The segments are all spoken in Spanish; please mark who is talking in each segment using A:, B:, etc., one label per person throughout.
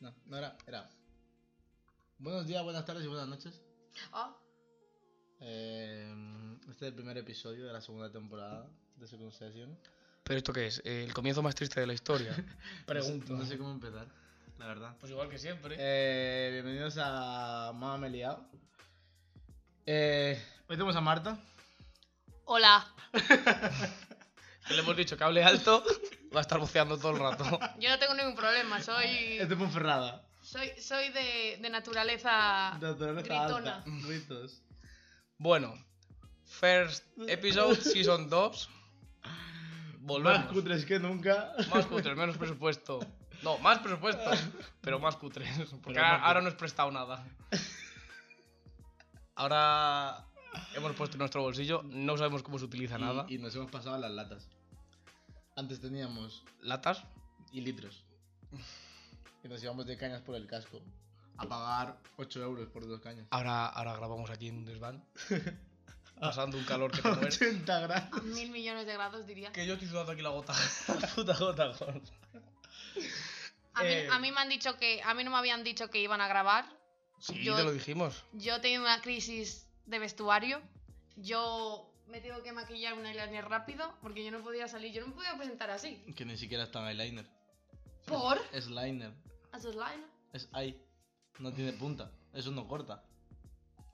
A: No, no era, era. Buenos días, buenas tardes y buenas noches.
B: Ah,
A: Eh, este es el primer episodio de la segunda temporada de Circuncisión.
C: ¿Pero esto qué es? Eh, ¿El comienzo más triste de la historia?
A: No sé, no sé cómo empezar, la verdad.
C: Pues igual que siempre.
A: Eh, bienvenidos a Mamá Me he Liado. Eh, hoy tenemos a Marta.
B: hola.
C: Le hemos dicho que hable alto, va a estar voceando todo el rato.
B: Yo no tengo ningún problema. Soy.
A: Este es Ponferrada.
B: Soy, soy de, de naturaleza.
A: Naturaleza alta,
B: gritona.
A: Gritos.
C: Bueno, first episode, season 2. Volvemos.
A: Más cutres que nunca.
C: Más cutres, menos presupuesto. No, más presupuesto, pero más cutres. Porque
A: Pero más
C: ahora,
A: cutres.
C: ahora no es prestado nada. Ahora hemos puesto en nuestro bolsillo, no sabemos cómo se utiliza
A: Y-
C: nada.
A: Y, nos hemos pasado a las latas. Antes teníamos
C: Latas,
A: y litros. Y nos íbamos de cañas por el casco. A pagar 8 euros por dos cañas.
C: ahora, ahora grabamos aquí en un desván. Pasando un calor
A: Ah,
C: que te mueres.
A: 80 grados.
B: A mil millones de grados, diría.
C: Que yo estoy sudando aquí la gota. La puta gota, gorda.
B: A mí,
C: Eh.
B: a mí me han dicho que. A mí no me habían dicho que iban a grabar.
C: Sí,
B: Yo-
C: te lo dijimos.
B: Yo he tenido una crisis de vestuario. Yo me tengo que maquillar un eyeliner rápido porque yo no podía salir. Yo no me podía presentar así.
A: Que ni siquiera está en eyeliner.
B: ¿Por?
A: Es liner.
B: ¿A sus lines?
A: Es eye. No tiene punta. Eso no corta.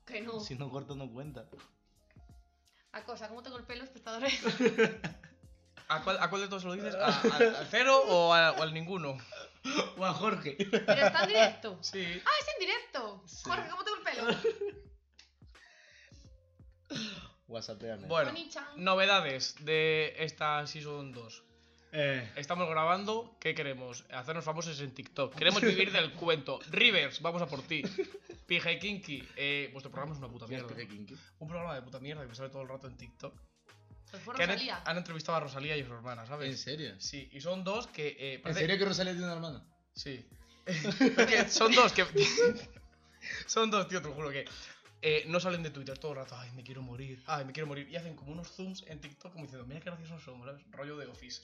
B: Que no.
A: Si no corta, no cuenta.
B: A cosa, ¿cómo tengo el pelo, espectadores?
C: ¿A cuál, a cuál de todos se lo dices? ¿A- a- ¿Al cero o, a- o al ninguno?
A: O a Jorge.
B: Pero está en directo.
C: Sí.
B: ¡Ah, es en directo!
A: Sí.
B: Jorge, ¿cómo tengo el pelo?
A: Whatsappeame.
C: Bueno,
B: Oni-chan.
C: novedades de esta Season 2.
A: Eh,
C: Estamos grabando, ¿qué queremos? Hacernos famosos en TikTok. Queremos vivir del cuento. Rivers, vamos a por ti. Pija y Kinky, eh, vuestro programa es una puta
A: ¿quién es
C: mierda.
A: Jorge Kinky?
C: Un programa de puta mierda que me sale todo el rato en TikTok.
B: Pues fue
C: Que han,
B: Rosalía.
C: han entrevistado a Rosalía y a su hermana,
A: ¿En
C: ¿sabes?
A: serio?
C: Sí, y son dos que... eh,
A: ¿En
C: parece-
A: serio que Rosalía tiene una hermana?
C: Sí. Porque son dos que. son dos, tío, te lo juro que. eh, no salen de Twitter todo el rato. Ay, me quiero morir. Ay, me quiero morir. Y hacen como unos zooms en TikTok como diciendo, mira qué graciosos somos, ¿sabes? Rollo de Office.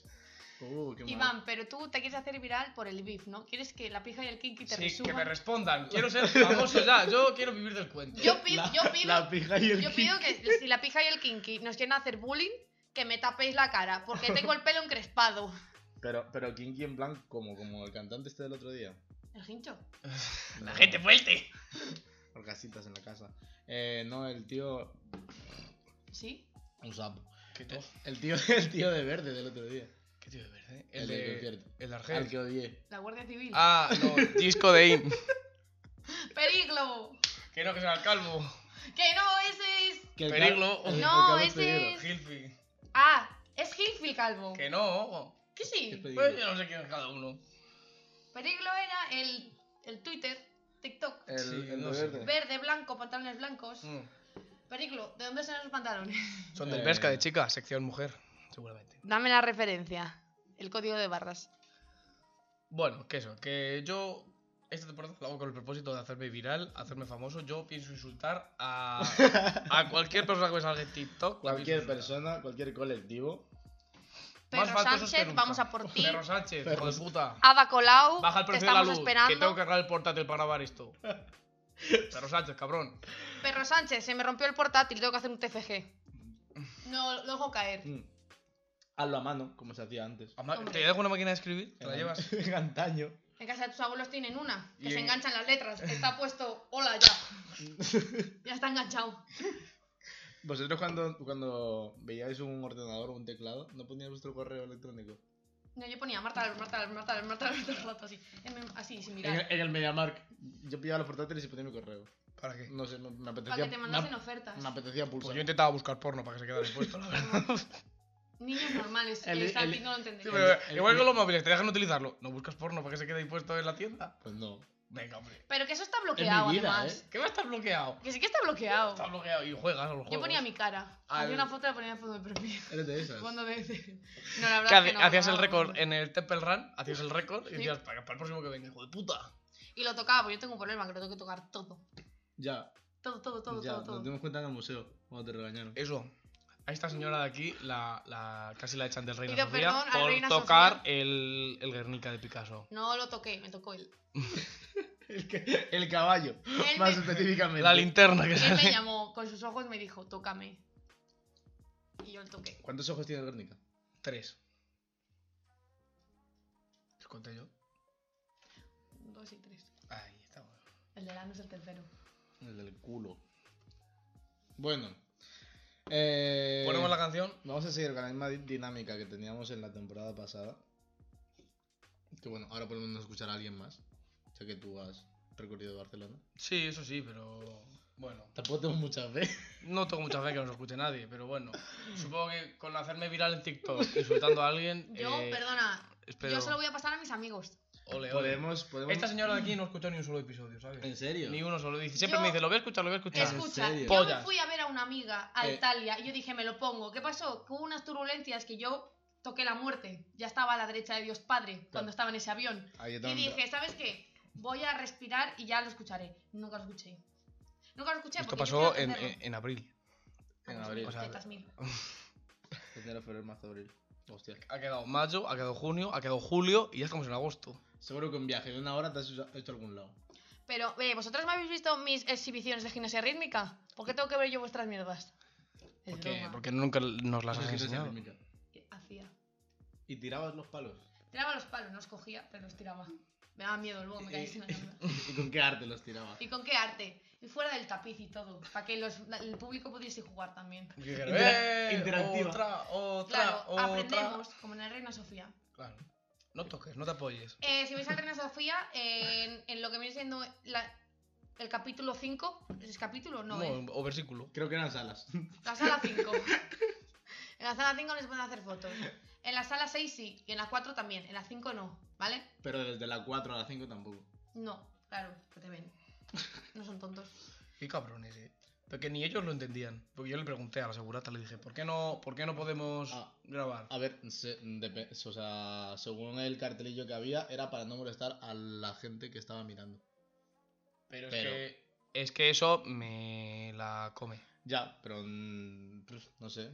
A: Uh, qué mal.
B: Iván, pero tú te quieres hacer viral por el beef, ¿no? ¿Quieres que la pija y el kinky te
C: Sí, que
B: resuman?
C: me respondan. Quiero ser famoso ya. Yo quiero vivir del cuento.
B: Yo pido,
A: La-
B: yo pido,
A: La pija y el
B: yo
A: Kinky.
B: pido que si la pija y el kinky nos quieren hacer bullying, que me tapéis la cara, porque tengo el pelo encrespado.
A: Pero, pero Kinky en plan, como, como el cantante este del otro día.
B: El hincho.
C: La gente fuerte.
A: Por casitas en la casa. Eh, no, el tío.
B: ¿Sí?
A: Un sapo.
C: Qué tos.
A: El tío, el tío de verde del otro día.
C: Qué tío de verde. ¿eh?
A: El
C: El,
A: del
C: de.
A: concierto.
C: El de
A: Al que
C: Argel.
A: odié.
B: La Guardia Civil.
C: Ah, no. Disco de In.
B: ¡Periglo!
C: que no, que sea el calvo.
B: ¡Que no, ese es!
A: Que el
C: Peligro.
A: cal- el- el
B: No,
A: calvo
B: ese
A: peligro.
B: es-
C: Gilfi.
B: ¡Ah! Es Hilfield Calvo.
C: Que no.
B: ¿Qué
A: Es
B: sí?
A: peligro.
C: Pues yo no sé quién es cada uno.
B: Periglo era el, el Twitter, TikTok.
A: El,
C: Sí,
A: el
C: no
A: de
C: sé.
A: verde.
B: Verde, blanco, pantalones blancos.
C: Mm.
B: Periglo, ¿de dónde son esos pantalones?
C: Son del
A: Eh.
C: Berska de chica, sección mujer, seguramente.
B: Dame la referencia. El código de barras.
C: Bueno, que eso, que yo esta temporada lo hago con el propósito de hacerme viral, hacerme famoso. Yo pienso insultar a, a cualquier persona que me salga en Tiktok. la
A: Cualquier
C: pienso insultar.
A: persona, cualquier colectivo.
C: Más
B: Perro
C: faltosos que
B: Sánchez,
C: nunca.
B: vamos a por ti.
C: Perro Sánchez,
A: Perro
C: hijo de puta.
B: Ada Colau,
C: Baja el
B: te
C: precio de la
B: estamos
C: luz, que tengo
B: esperando.
C: que cargar el portátil para grabar esto. Perro Sánchez, cabrón.
B: Perro Sánchez, se me rompió el portátil, tengo que hacer un TFG. No, lo dejo caer.
A: Mm. Hazlo a mano, como se hacía antes.
C: Ama-
B: Hombre.
C: ¿Te dejo una máquina de escribir? ¿Te la
A: En-
C: llevas?
A: en antaño.
B: En casa de tus abuelos tienen una, que
C: Y
B: se
C: en-
B: enganchan las letras. Está puesto hola ya. ya está enganchado.
A: Vosotros cuando, cuando veíais un ordenador o un teclado, ¿no poníais vuestro correo electrónico?
B: No, yo ponía Marta, Alves, Marta, Alves, Marta, Alves, Marta, Alves, todo el rato así. En mem- Así, sin
A: En
B: mirar.
A: el, en el MediaMark. Yo pillaba los portátiles y ponía mi correo.
C: ¿Para qué?
A: No sé, me, me
B: Para
A: apetecía.
B: que te
A: me-
B: mandasen ofertas.
A: me apetecía pulsar.
C: Pues yo intentaba buscar porno para que se quedara impuesto, la verdad.
B: Niños normales,
A: El-
B: el,
A: el-
B: no lo
C: Sí,
B: entendemos.
C: pero
A: el-
C: Igual con los móviles, te dejan utilizarlo. No buscas porno para que se quede impuesto en la tienda.
A: Pues no.
C: Venga, hombre.
B: Pero que eso está bloqueado,
A: vida,
B: además.
C: ¿Qué va a estar bloqueado?
B: Que sí que está bloqueado.
C: ¿eh? Está bloqueado y juegas a los juegos.
B: Yo ponía mi cara.
C: Al-
B: Hacía una foto y la ponía en fondo de perfil.
A: Eres de esas.
B: Fondo de... de- No, la verdad
C: Que
B: es
C: hace-
B: que no,
C: hacías
B: no,
C: el
B: no,
C: récord
B: no.
C: en el Temple Run, hacías el récord y
B: Sí.
C: decías, para, para el próximo que venga, hijo de puta.
B: Y lo tocaba, porque yo tengo un problema, que lo tengo que tocar todo.
A: Ya,
B: Todo, todo, todo,
A: ya.
B: todo.
A: Nos
B: todo.
A: dimos cuenta en el museo cuando te regañaron.
C: Eso. A esta señora de aquí la, la- casi la echan del Reina
B: Pido
C: Sofía
B: perdón a
C: por
B: Reina
C: tocar
B: Sofía.
C: El, el Guernica de Picasso.
B: No lo toqué, me tocó él.
A: El, que- el caballo,
B: Él
A: más
B: me-
A: específicamente.
C: La linterna que
B: él me
C: sale.
B: llamó con sus ojos, me dijo, tócame. Y yo le toqué.
A: ¿Cuántos ojos tiene el Guernica?
C: Tres. ¿Los conté yo?
B: Dos y tres.
C: Ahí está. bueno.
B: El del ano es el tercero.
A: El del culo. Bueno. eh,
C: Ponemos la canción.
A: Vamos a seguir con la misma di- dinámica que teníamos en la temporada pasada. Que bueno, ahora podemos escuchar a alguien más. Ya que tú has recorrido Barcelona.
C: Sí, eso sí, pero bueno.
A: Tampoco tengo mucha fe.
C: No tengo mucha fe que no nos escuche nadie, pero bueno. Supongo que con hacerme viral en TikTok insultando a alguien.
B: Yo,
C: eh,
B: perdona,
C: espero-
B: yo se lo voy a pasar a mis amigos.
C: Ole, ole.
A: Podemos, podemos.
C: Esta señora de aquí no escuchó ni un solo episodio, ¿sabes?
A: ¿En serio?
C: Ni uno solo. Dice, siempre
B: Yo-
C: me dice, lo voy a escuchar, lo voy a escuchar.
A: Es-
B: Escucha,
A: serio?
B: yo
C: Pollas.
B: me fui a ver a una amiga a
A: Eh.
B: Italia y yo dije, me lo pongo. ¿Qué pasó? Que hubo unas turbulencias que yo toqué la muerte. Ya estaba a la derecha de Dios Padre cuando estaba en ese avión.
A: Ahí
B: Y
A: está.
B: dije, ¿sabes qué? Voy a respirar y ya lo escucharé. Nunca lo escuché. Nunca lo escuché
C: Esto
B: porque yo
C: pasó
B: quiero
C: en,
B: aprenderlo.
C: en- en abril.
A: en
B: Ah, pues,
A: abril.
B: pues,
C: O sea,
B: tetas mil.
A: Enero, febrero, marzo, abril. Hostia.
C: Ha quedado mayo, ha quedado junio, ha quedado julio y ya estamos en agosto.
A: Seguro que un viaje de una hora te has hecho hecho a algún lado.
B: Pero, eh, ¿vosotros me habéis visto mis exhibiciones de gimnasia rítmica? ¿Por qué tengo que ver yo vuestras mierdas? Es
C: Porque,
B: broma.
C: porque nunca nos las
A: Pues es
C: has
A: que te
C: enseñado.
A: rítmica.
B: ¿Qué Hacía.
A: Y tirabas los palos.
B: Tiraba los palos, no los cogía, pero los tiraba. Me daba miedo, luego me caí en la cama.
A: ¿Y con qué arte los tirabas?
B: ¿Y con qué arte? Y fuera del tapiz y todo, para que los- la- el público pudiese jugar también.
C: Dijeron,
A: Intera-
C: "Eh,
A: interactiva".
C: Otra, otra,
B: Claro,
C: otra.
B: aprendemos, como en la Reina Sofía.
C: Claro. No toques, no te apoyes.
B: Eh, si veis a Reina Sofía, eh, en, en lo que viene siendo la- el capítulo 5, ¿es capítulo? No, ¿eh?
C: o versículo.
A: Creo que eran salas.
B: La sala 5. en la sala 5 les pueden hacer fotos. En la sala 6 sí, y en la 4 también, en la 5 no, ¿vale?
A: Pero desde la 4 a la 5 tampoco.
B: No, claro, que te ven. No son tontos.
C: Qué cabrones, eh. Porque ni ellos lo entendían. Porque yo le pregunté a la segurata, le dije, ¿por qué no, por qué no podemos
A: Ah.
C: grabar?
A: A ver, se- depe- o sea, según el cartelillo que había, era para no molestar a la gente que estaba mirando.
C: pero es
A: pero-
C: que. Es que eso me la come.
A: Ya, pero mm, pues, no sé.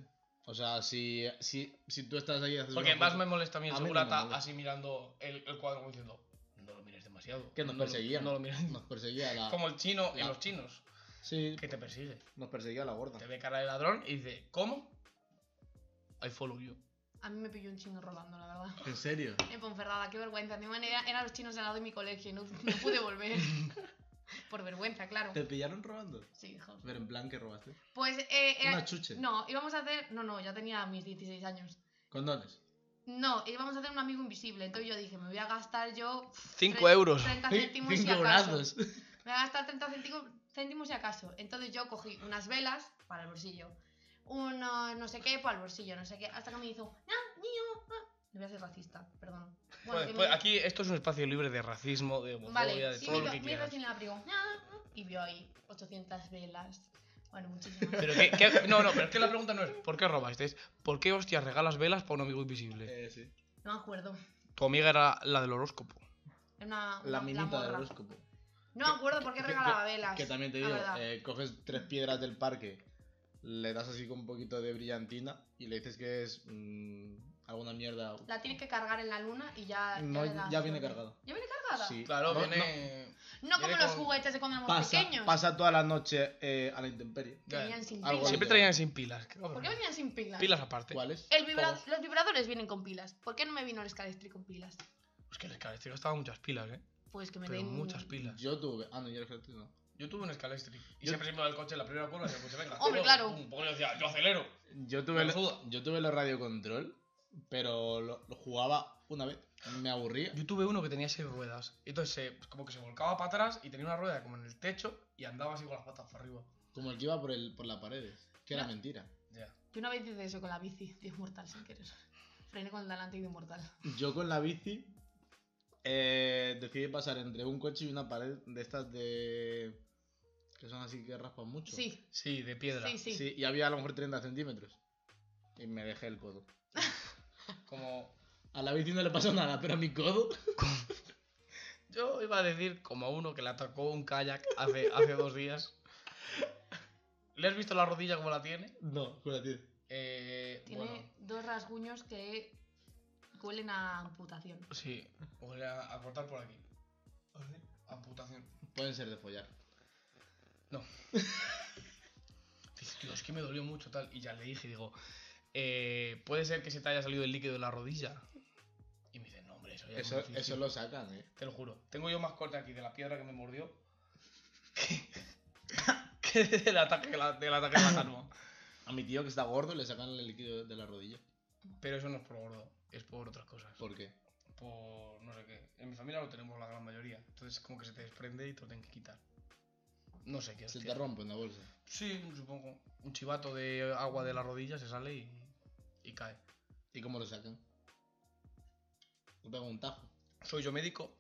A: O sea, si, si, si tú estás ahí y haces
C: Porque
A: una
C: más
A: foto-
C: me molesta a mí el
A: A mí no me
C: segurata
A: molesta.
C: así mirando el, el cuadro como diciendo, no lo mires demasiado.
A: que nos
C: no, lo-
A: perseguían. Ah.
C: No lo mires.
A: Nos perseguía la
C: Como el chino en
A: La-
C: los chinos,
A: Sí,
C: que te persigue.
A: nos perseguía la gorda.
C: Te ve cara de ladrón y dice, ¿cómo? I follow you.
B: A mí me pilló un chino robando, la verdad.
A: ¿En serio?
B: En Ponferrada, qué vergüenza. De manera eran los chinos de al lado de mi colegio y no, no pude volver. Por vergüenza, claro.
A: ¿Te pillaron robando?
B: Sí, hijos.
A: Pero en plan que robaste.
B: Pues eh, era-
A: Una chuche.
B: No, íbamos a hacer. No, no, ya tenía mis 16 años.
A: Condones.
B: No, íbamos a hacer un amigo invisible. Entonces yo dije, me voy a gastar yo.
C: Cinco
B: tre-
C: euros.
B: 30 céntimos si
A: Pues, Cinco
B: acaso.
A: brazos.
B: Me voy a gastar 30 céntimos, céntimos si acaso. Entonces yo cogí unas velas para el bolsillo. Uno, no sé qué, para el bolsillo, no sé qué. Hasta que me hizo. "Ah, mío, ah". Le voy a ser racista, perdón. Bueno,
C: Puedes-
B: que
A: pues,
B: me
C: puedes-
B: hizo-
C: Pues, aquí esto es un espacio libre de racismo, de homofobia,
B: Vale,
C: de
B: sí,
C: todo
B: mi,
C: lo que
B: mi
C: quieras.
B: vecina abrió "Ah", y vio ahí 800 velas. Bueno, muchísimas.
C: Pero que, que- no, no, pero es que la pregunta no es ¿por qué robaste? Es ¿por qué hostias regalas velas para un amigo invisible?
A: Eh, sí.
B: No me acuerdo.
C: Tu amiga era la del horóscopo.
B: Era una, una-
A: La minita del
B: morra.
A: horóscopo.
B: No me acuerdo por qué
A: Que-
B: regalaba
A: que-
B: velas.
A: Que también te
B: la
A: digo,
B: verdad.
A: eh, coges tres piedras del parque, le das así con un poquito de brillantina y le dices que es mm, alguna mierda.
B: La tienes que cargar en la luna y ya.
A: No,
B: le das
A: ya viene
B: suerte.
A: cargado.
B: ¿Ya viene cargada?
A: Sí.
C: Claro,
A: No,
C: viene.
B: No como
C: Viene
B: los
C: con-
B: juguetes de cuando éramos
A: Pasa,
B: pequeños.
A: pasa toda la noche eh, a la intemperie.
C: Ya,
B: Venían sin
A: algo
B: pilas.
A: de-
C: Siempre traían sin pilas. qué
B: ¿Por
C: cabrón.
B: qué venían sin pilas?
C: Pilas aparte.
A: ¿Cuáles?
B: El vibra-
A: Todos.
B: Los vibradores vienen con pilas. ¿Por qué no me vino el escalestri con pilas?
C: Es que el escalestri gastaba muchas pilas, ¿eh?
B: Pues que me
C: Pero
B: den.
C: muchas pilas.
A: Yo tuve. Ah, no, yo era no.
C: Yo tuve un escalestri. Y
A: Yo-
C: siempre se me iba el coche en la primera curva y decía, pues venga.
B: Hombre,
C: pum,
B: claro.
C: pum, pum, yo decía, yo acelero.
A: Yo tuve,
C: Me
A: el-
C: suda.
A: yo tuve los radiocontrol, pero lo, lo jugaba una vez. Me aburría.
C: Yo tuve uno que tenía seis ruedas. Y entonces eh, pues como que se volcaba para atrás y tenía una rueda como en el techo y andaba así con las patas para arriba.
A: Como el que iba por, el, por las paredes. Que era
B: No.
A: mentira.
C: Ya.
B: Yo una vez hice eso con la bici de Inmortal sin querer. Frené con el delante y de Inmortal.
A: Yo con la bici eh, decidí pasar entre un coche y una pared de estas de. que son así que raspan mucho.
B: Sí,
C: Sí, de piedra.
B: sí, sí.
A: Sí, y había a lo mejor 30 centímetros. Y me dejé el codo.
C: Como.
A: A la bici no le pasó nada, pero a mi codo.
C: Yo iba a decir como a uno que le atacó un kayak hace, hace dos días. ¿Le has visto la rodilla como la tiene?
A: No, jura, tío.
C: Eh,
B: Tiene
C: Bueno,
B: dos rasguños que huelen a amputación.
C: sí, voy a, a cortar por aquí. Ole, Amputación.
A: Pueden ser de follar.
C: Dice, Tío, es que me dolió mucho tal. Y ya le dije, digo, eh, puede ser que se te haya salido el líquido de la rodilla. Y me dice, no, hombre, eso ya
A: Eso,
C: es un
A: eso
C: suicidio".
A: lo sacan, ¿eh?
C: Te lo juro. Tengo yo más corte aquí de la piedra que me mordió que, que del ataque, de la- del ataque de la calma.
A: A mi tío que está gordo le sacan el líquido de la rodilla.
C: Pero eso no es por gordo, es por otras cosas.
A: ¿Por qué?
C: Por no sé qué. En mi familia lo tenemos la gran mayoría. Entonces, como que se te desprende y te lo tienen que quitar. No sé qué.
A: Se
C: hostia.
A: te rompe una bolsa.
C: Sí, supongo. Un chivato de agua de la rodilla se sale y, y cae.
A: ¿Y cómo lo sacan? Le pegan un tajo.
C: Soy yo médico,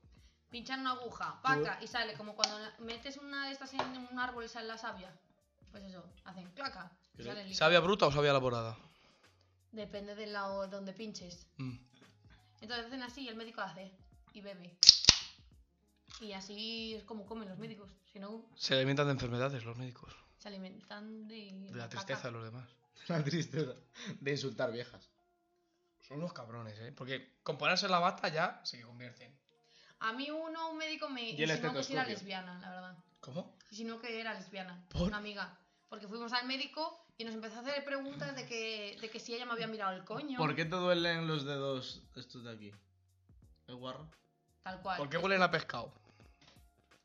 B: Pinchan una aguja, paca, y sale como cuando la- metes una de estas en un árbol y sale la savia. Pues eso, hacen claca. y
A: Pero-
B: sale el líquido.
C: ¿Sabía bruta o sabía elaborada?
B: Depende del lado donde pinches.
C: Mm.
B: Entonces hacen así y el médico hace y bebe. Y así es como comen los médicos. Si no,
C: Se alimentan de enfermedades los médicos,
B: se alimentan de,
C: de
B: la
C: la
B: caca.
C: tristeza de los demás.
A: La tristeza. De insultar viejas.
C: Son unos cabrones, ¿eh? Porque con ponerse la bata ya se convierten.
B: A mí uno, un médico me
A: Y el
B: insinuó que sí era
A: estetoscopio.
B: lesbiana, la verdad.
C: ¿Cómo?
B: Sino que era lesbiana,
C: ¿Por?
B: una amiga. Porque fuimos al médico y nos empezó a hacer preguntas de que, de que si ella me había mirado el coño.
A: ¿Por qué te duelen los dedos estos de aquí? ¿El guarro?
B: Tal cual.
C: ¿Por qué huelen a pescado?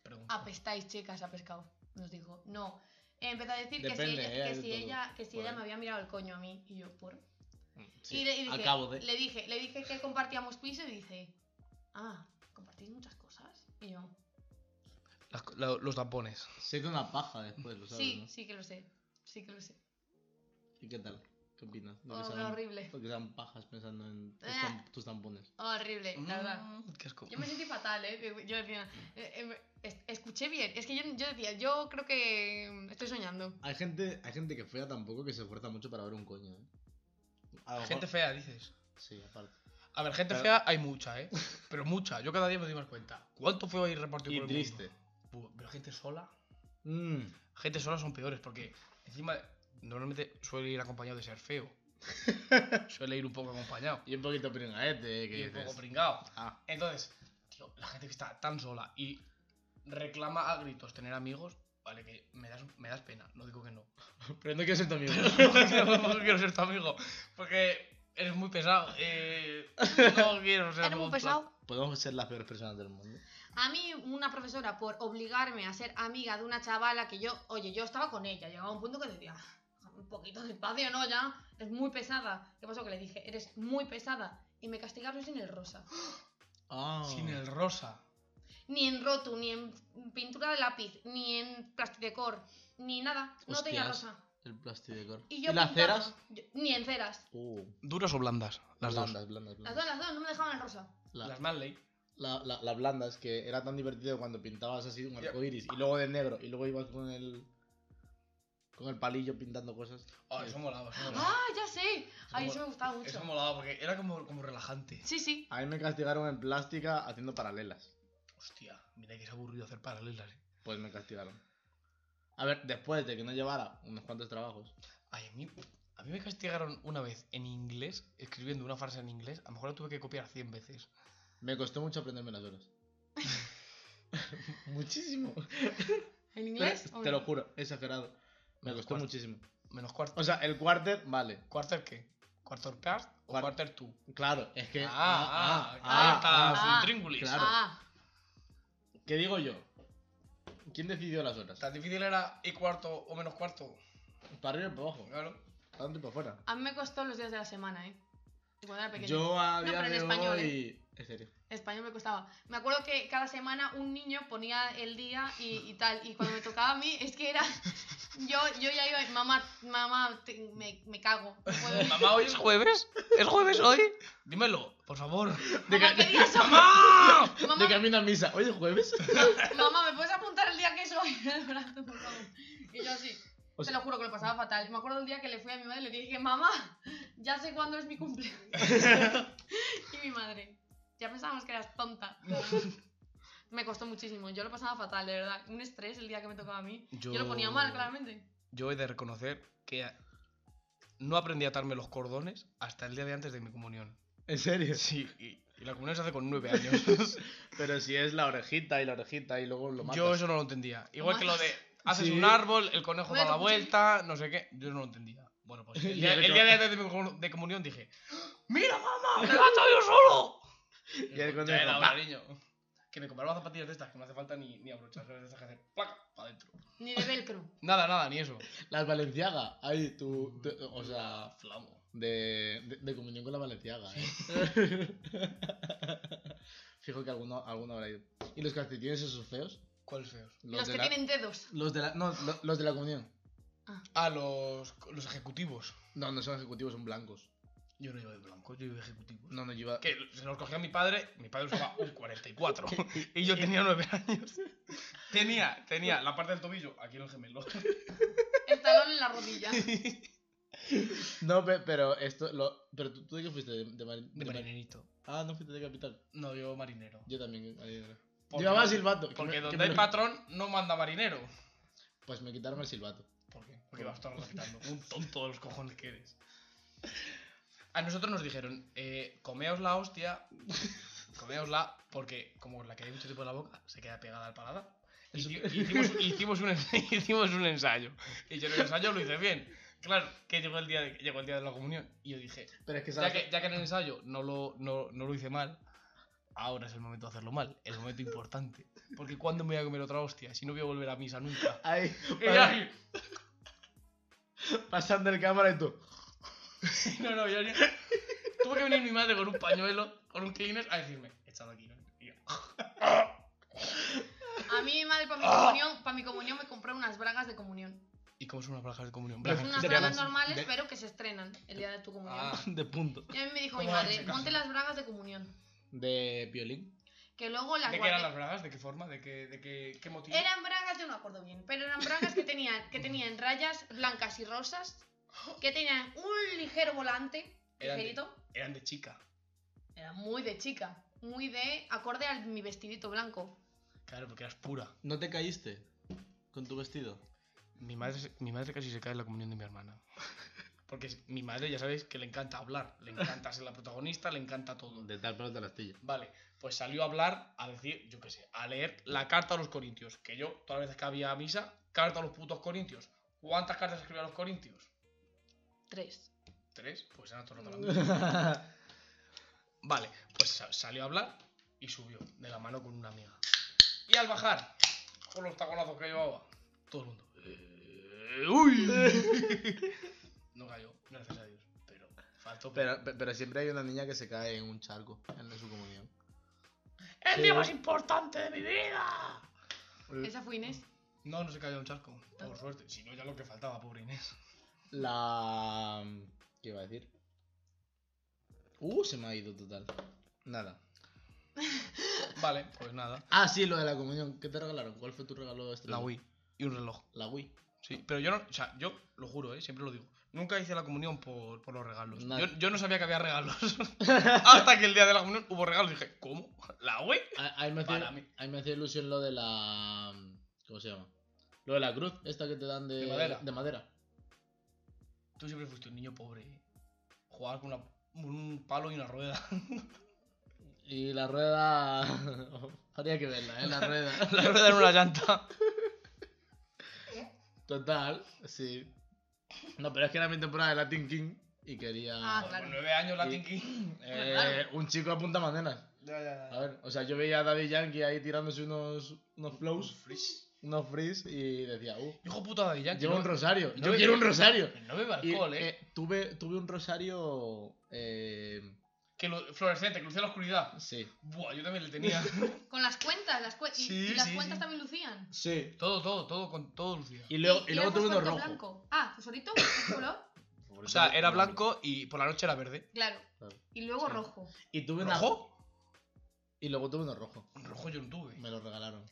C: Pregunta.
B: Apestáis, chicas, a pescado. Nos dijo. No. Eh, Empezó a decir que si,
A: Depende,
B: ella,
A: eh,
B: que
A: de
B: si,
A: todo.
B: ella, que si
A: Vale.
B: ella me había mirado el coño a mí. Y yo, ¿por?
A: Sí,
B: y le, y
A: al
B: dije-
A: cabo de...
B: le dije, le dije que compartíamos piso y dice, ah, ¿compartís muchas cosas? Y yo,
C: Las co- la- los tampones.
A: Sé que una paja después, lo sabes,
B: sí,
A: ¿no?
B: sí que lo sé. Sí que lo sé.
A: ¿Y qué tal? ¿Qué opinas? De
B: Oh,
A: que
B: qué
A: sean-
B: horrible.
A: de que sean pajas pensando en tus,
B: Ah.
A: tam- tus tampones.
B: Horrible, la verdad.
C: Mm, qué asco.
B: Yo me sentí fatal, ¿eh? Yo decía, eh, eh, es- escuché bien. Es que yo, yo decía, yo creo que mm, estoy soñando.
A: Hay gente, hay gente que fea tampoco que se esfuerza mucho para ver un coño, ¿eh? A lo mejor-
C: Gente fea, dices.
A: Sí, aparte.
C: A ver, gente
A: Pero-
C: fea hay mucha, ¿eh? Pero mucha. Yo cada día me doy más cuenta. ¿Cuánto feo hay repartido
A: Y
C: por el mundo?
A: triste.
C: Bu- Pero gente sola.
A: Mm.
C: Gente sola son peores porque encima normalmente suele ir acompañado de ser feo. suele ir un poco acompañado.
A: Y un poquito pringaete, ¿eh? Que
C: Y un poco
A: dices...
C: pringado.
A: Ah,
C: Entonces, tío, la gente que está tan sola y reclama a gritos tener amigos, vale, que me das, me das pena, no digo que no.
A: pero no quiero ser tu amigo.
C: no quiero ser tu amigo, porque eres muy pesado. eh, no quiero ser
B: Era muy
C: amigo
B: pesado.
A: Podemos ser las peores personas del mundo.
B: A mí, una profesora, por obligarme a ser amiga de una chavala que yo, oye, yo estaba con ella, llegaba un punto que decía, "Ah, un poquito de espacio, ¿no? Ya, es muy pesada. ¿Qué pasó? Que le dije, eres muy pesada. Y me castigaron sin el rosa.
A: Ah.
C: Sin el rosa.
B: Ni en rotu, ni en pintura de lápiz, ni en plastidecor, ni nada. No tenía
A: Hostias.
B: rosa.
A: El plastidecor.
B: Y yo
A: las
B: pintaba-
A: ceras?
B: yo- ni en ceras.
A: Uh,
C: ¿Duras o blandas? Las dos.
A: blandas, blandas,
B: Las
A: blandas.
B: dos, las dos, no me dejaban el rosa.
A: La-
C: Las Manley.
A: La, la, la blanda es que era tan divertido cuando pintabas así un
C: Ya.
A: arco iris y luego de negro y luego ibas con el con el palillo pintando cosas.
C: Ah,
A: Sí.
C: eso molaba, eso molaba.
B: ¡Ah, ya sé! Ay,
C: mo-
B: eso me gustaba mucho.
C: Eso molaba porque era como, como relajante.
B: Sí, sí.
A: A mí me castigaron en plástica haciendo paralelas.
C: Hostia, mira que es aburrido hacer paralelas. eh.
A: Pues me castigaron. A ver, después de que no llevara unos cuantos trabajos.
C: Ay, a mí, a mí me castigaron una vez en inglés, escribiendo una frase en inglés. A lo mejor la tuve que copiar 100 veces.
A: Me costó mucho aprenderme las horas. Muchísimo.
B: ¿En inglés?
A: Te, te lo juro, exagerado. Me
C: Los
A: costó
C: cuartos.
A: muchísimo.
C: Menos cuarto.
A: O sea, el quarter, vale.
C: ¿Quarter qué? ¿Quarter past o
A: Cuar- Eh,
C: quarter two?
A: Claro, es que.
C: Ah, ah,
B: ah,
C: ah,
B: ah,
C: sin tríngulis.
A: claro.
B: Ah,
A: ¿Qué digo yo? ¿Quién decidió las horas?
C: Tan difícil era y cuarto o menos cuarto.
A: Para arriba y para abajo.
C: Claro.
A: Para adentro y para afuera.
B: a mí me costó los días de la semana, ¿eh? Cuando era pequeña.
A: Yo a
B: No,
A: día
B: pero en
A: de
B: español, ¿eh?
A: hoy. En serio.
B: Español me costaba. Me acuerdo que cada semana un niño ponía el día y, y tal. Y cuando me tocaba a mí, es que era. Yo, yo ya iba, mamá, mamá, te- me, me cago. no puedo".
C: Mamá, hoy es jueves. ¿Es jueves hoy? Dímelo, por favor.
B: Mamá, ¿qué día es hoy?
C: ¡Mamá!
B: Mamá,
A: De camino a misa. Hoy es jueves.
B: mamá, ¿me puedes apuntar el día que es hoy? Por favor. Y yo así.
A: O
B: Te
A: sea-
B: lo juro que lo pasaba fatal. Me acuerdo el día que le fui a mi madre y le dije, mamá, ya sé cuándo es mi cumpleaños. y mi madre, ya pensábamos que eras tonta. me costó muchísimo. Yo lo pasaba fatal, de verdad. Un estrés el día que me tocaba a mí. Yo, lo ponía mal, claramente.
C: Yo he de reconocer que no aprendí a atarme los cordones hasta el día de antes de mi comunión.
A: ¿En serio?
C: Sí, y, y la comunión se hace con nueve años.
A: Pero si es la orejita y la orejita y luego lo matas.
C: Yo eso no lo entendía. Igual que lo de haces
A: Sí.
C: un árbol, el conejo da
B: Bueno,
C: la
B: pues-
C: vuelta, no sé qué. Yo no lo entendía. Bueno, pues el
A: Y
C: día,
A: el
C: el
A: co-
C: día de antes de mi comun- de comunión dije: ¡Mira, mamá! ¡Me he matado yo solo!
A: Y el
C: Ya
A: conejo,
C: era
A: ¡pa!
C: hora, niño. Que me compraba zapatillas de estas que no hace falta ni, ni abrochar. ¿sabes? De estas que hacen placa para adentro.
B: Ni de velcro.
C: Nada, nada, ni eso.
A: Las Valenciaga. Ahí tú. tú- o sea.
C: flamo.
A: De, de, de comunión con la Valenciaga, ¿eh? Fijo que alguno, alguno habrá ido. ¿Y los calcetines esos feos?
C: ¿Cuáles feos?
B: Los,
A: de
B: que
A: la-
B: tienen dedos.
A: Los de la. No, lo- los de la comunión.
C: Ah, los, los ejecutivos.
A: No, no son ejecutivos, son blancos.
C: Yo no iba de blanco, yo iba de ejecutivos.
A: No, no, yo iba.
C: Que se los cogió a mi padre, mi padre usaba un 44. y yo tenía 9 años. Tenía, tenía la parte del tobillo, aquí en el gemelo.
B: El talón en la rodilla.
A: No, pe- pero esto. Lo, pero tú, tú de qué fuiste de, de mari- de
C: De
A: mari-
C: marinerito.
A: Ah, no fuiste de capital.
C: No, yo marinero.
A: Yo también. eh, ahí era.
C: Porque-
A: Llevaba silbato. que me-
C: Porque
A: que
C: donde
A: me
C: hay
A: lo-
C: patrón, no manda marinero.
A: Pues me quitaron el silbato.
C: ¿Por qué? Porque vas todo el rato quitando. Un tonto de los cojones que eres. A nosotros nos dijeron, eh, comeos la hostia, comeosla, porque como la que hay mucho tiempo en la boca, se queda pegada al paladar.
A: Eso-
C: Hici- Hicimos, hicimos un, ens- hicimos un ensayo. Y yo en el ensayo lo hice bien. Claro, que llegó el día de, llegó el día de la comunión y yo dije,
A: Pero es que
C: ya
A: sabes.
C: que, ya que en el ensayo no lo, no, no lo hice mal, ahora es el momento de hacerlo mal, el momento importante. Porque ¿cuándo me voy a comer otra hostia? Si no voy a volver a misa nunca.
A: Ahí,
C: Y
A: para-
C: ahí,
A: pasando el cámara y tú.
C: No, no, yo ni... Tuvo que venir mi madre con un pañuelo, con un cleaner, a decirme, echado aquí. ¿no?". Y yo, "Ah".
B: A mí mi madre para mi
A: Ah.
B: comunión, para mi comunión me compró unas bragas de comunión.
C: ¿Y cómo son unas bragas de comunión?
A: Bragas,
B: Unas
A: se
B: bragas
A: llaman-
B: normales,
A: de-
B: pero que se estrenan el día de tu comunión.
C: Ah.
A: De punto.
B: Y a mí me dijo mi
C: ¿Cómo
B: madre,
C: hace caso?
B: ponte las bragas de comunión.
A: De violín.
B: Que luego las
C: ¿De qué eran
B: guardé.
C: las bragas? ¿De qué forma? ¿De qué, de qué, qué motivo?
B: Eran bragas, yo no me acuerdo bien, pero eran bragas que tenían, que tenían rayas blancas y rosas, que tenían un ligero volante,
C: Eran de-
B: ligerito.
C: Eran de chica.
B: Era muy de chica, muy de acorde a mi vestidito blanco.
C: Claro, porque eras pura.
A: ¿No te caíste con tu vestido?
C: Mi madre, se- mi madre casi se cae en la comunión de mi hermana. Porque es- mi madre, ya sabéis, que le encanta hablar. Le encanta ser la protagonista, le encanta todo.
A: De tal pelo de la astilla.
C: Vale, pues salió a hablar, a decir, yo qué sé, a leer la carta a los corintios. Que yo, todas las veces que había misa, carta a los putos corintios. ¿Cuántas cartas escribía a los corintios?
B: Tres.
C: ¿Tres? Pues eran todo el rato la misma. Vale, pues sa- salió a hablar y subió de la mano con una amiga. Y al bajar, con los taconazos que llevaba, todo el mundo. "Eh, ¡Uy! no cayó, gracias a Dios. Pero faltó.
A: pero, pe- pero siempre hay una niña que se cae en un charco en su comunión.
C: ¡El día más importante de mi vida!
B: Esa fue Inés.
C: No, no se cayó en un charco, por suerte. Si no, ya lo que faltaba, pobre Inés.
A: La. mm, ¿Qué iba a decir? Uh, se me ha ido total. Nada.
C: Vale, pues nada.
A: Ah, sí, lo de la comunión. ¿Qué te regalaron? ¿Cuál fue tu regalo estrella?
C: La Wii y un reloj.
A: La Wii.
C: Sí, pero yo no, o sea, yo lo juro, ¿eh? siempre lo digo. Nunca hice la comunión por, por los regalos.
A: Nadie.
C: Yo, yo no sabía que había regalos. Hasta que el día de la comunión hubo regalos. Dije, ¿cómo? ¿La eh? web?
A: A, a mí me
C: Para
A: hacía,
C: mí.
A: a mí me hacía ilusión lo de la. ¿Cómo se llama? Lo de la cruz, esta que te dan de,
C: De madera.
A: De madera.
C: Tú siempre fuiste un niño pobre. ¿eh? Jugabas con una- un palo y una rueda.
A: Y la rueda. Habría que verla, ¿eh? La rueda.
C: la rueda era una llanta.
A: Total, sí. No, pero es que era mi temporada de Latin King y quería.
B: Ah, claro.
C: Con nueve años la
A: Y-
C: tinky.
A: eh,
B: claro.
A: Un chico a punta maneras.
C: Ya, ya,
A: A ver, o sea, yo veía a Daddy Yankee ahí tirándose unos, unos flows, unos frees y decía, uh,
C: Hijo puta de Yankee.
A: llevo
C: no-
A: un rosario.
C: no
A: Yo
C: me-
A: quiero un rosario.
C: No beba
A: Y,
C: alcohol, eh.
A: eh, tuve, tuve un rosario. Eh,
C: Que lo, fluorescente, que lucía en la oscuridad.
A: sí.
C: Buah, yo también le tenía.
B: Con las cuentas, las cue- y- y,
C: Sí,
B: las
C: sí,
B: cuentas
C: sí.
B: también lucían.
A: Sí.
C: todo, todo, todo, con todo lucía.
A: Y luego, y
B: era
A: luego tuve uno
B: fosforito
A: rojo.
B: blanco. Ah, fosforito, ¿qué color?
C: O sea,
A: pues,
C: era blanco y por la noche era verde.
B: Claro.
A: Claro.
B: Y luego
C: Sí.
B: rojo.
A: Y tuve una-
C: ¿Rojo?
A: Y luego tuve uno rojo.
C: Rojo yo no tuve.
A: Me lo regalaron.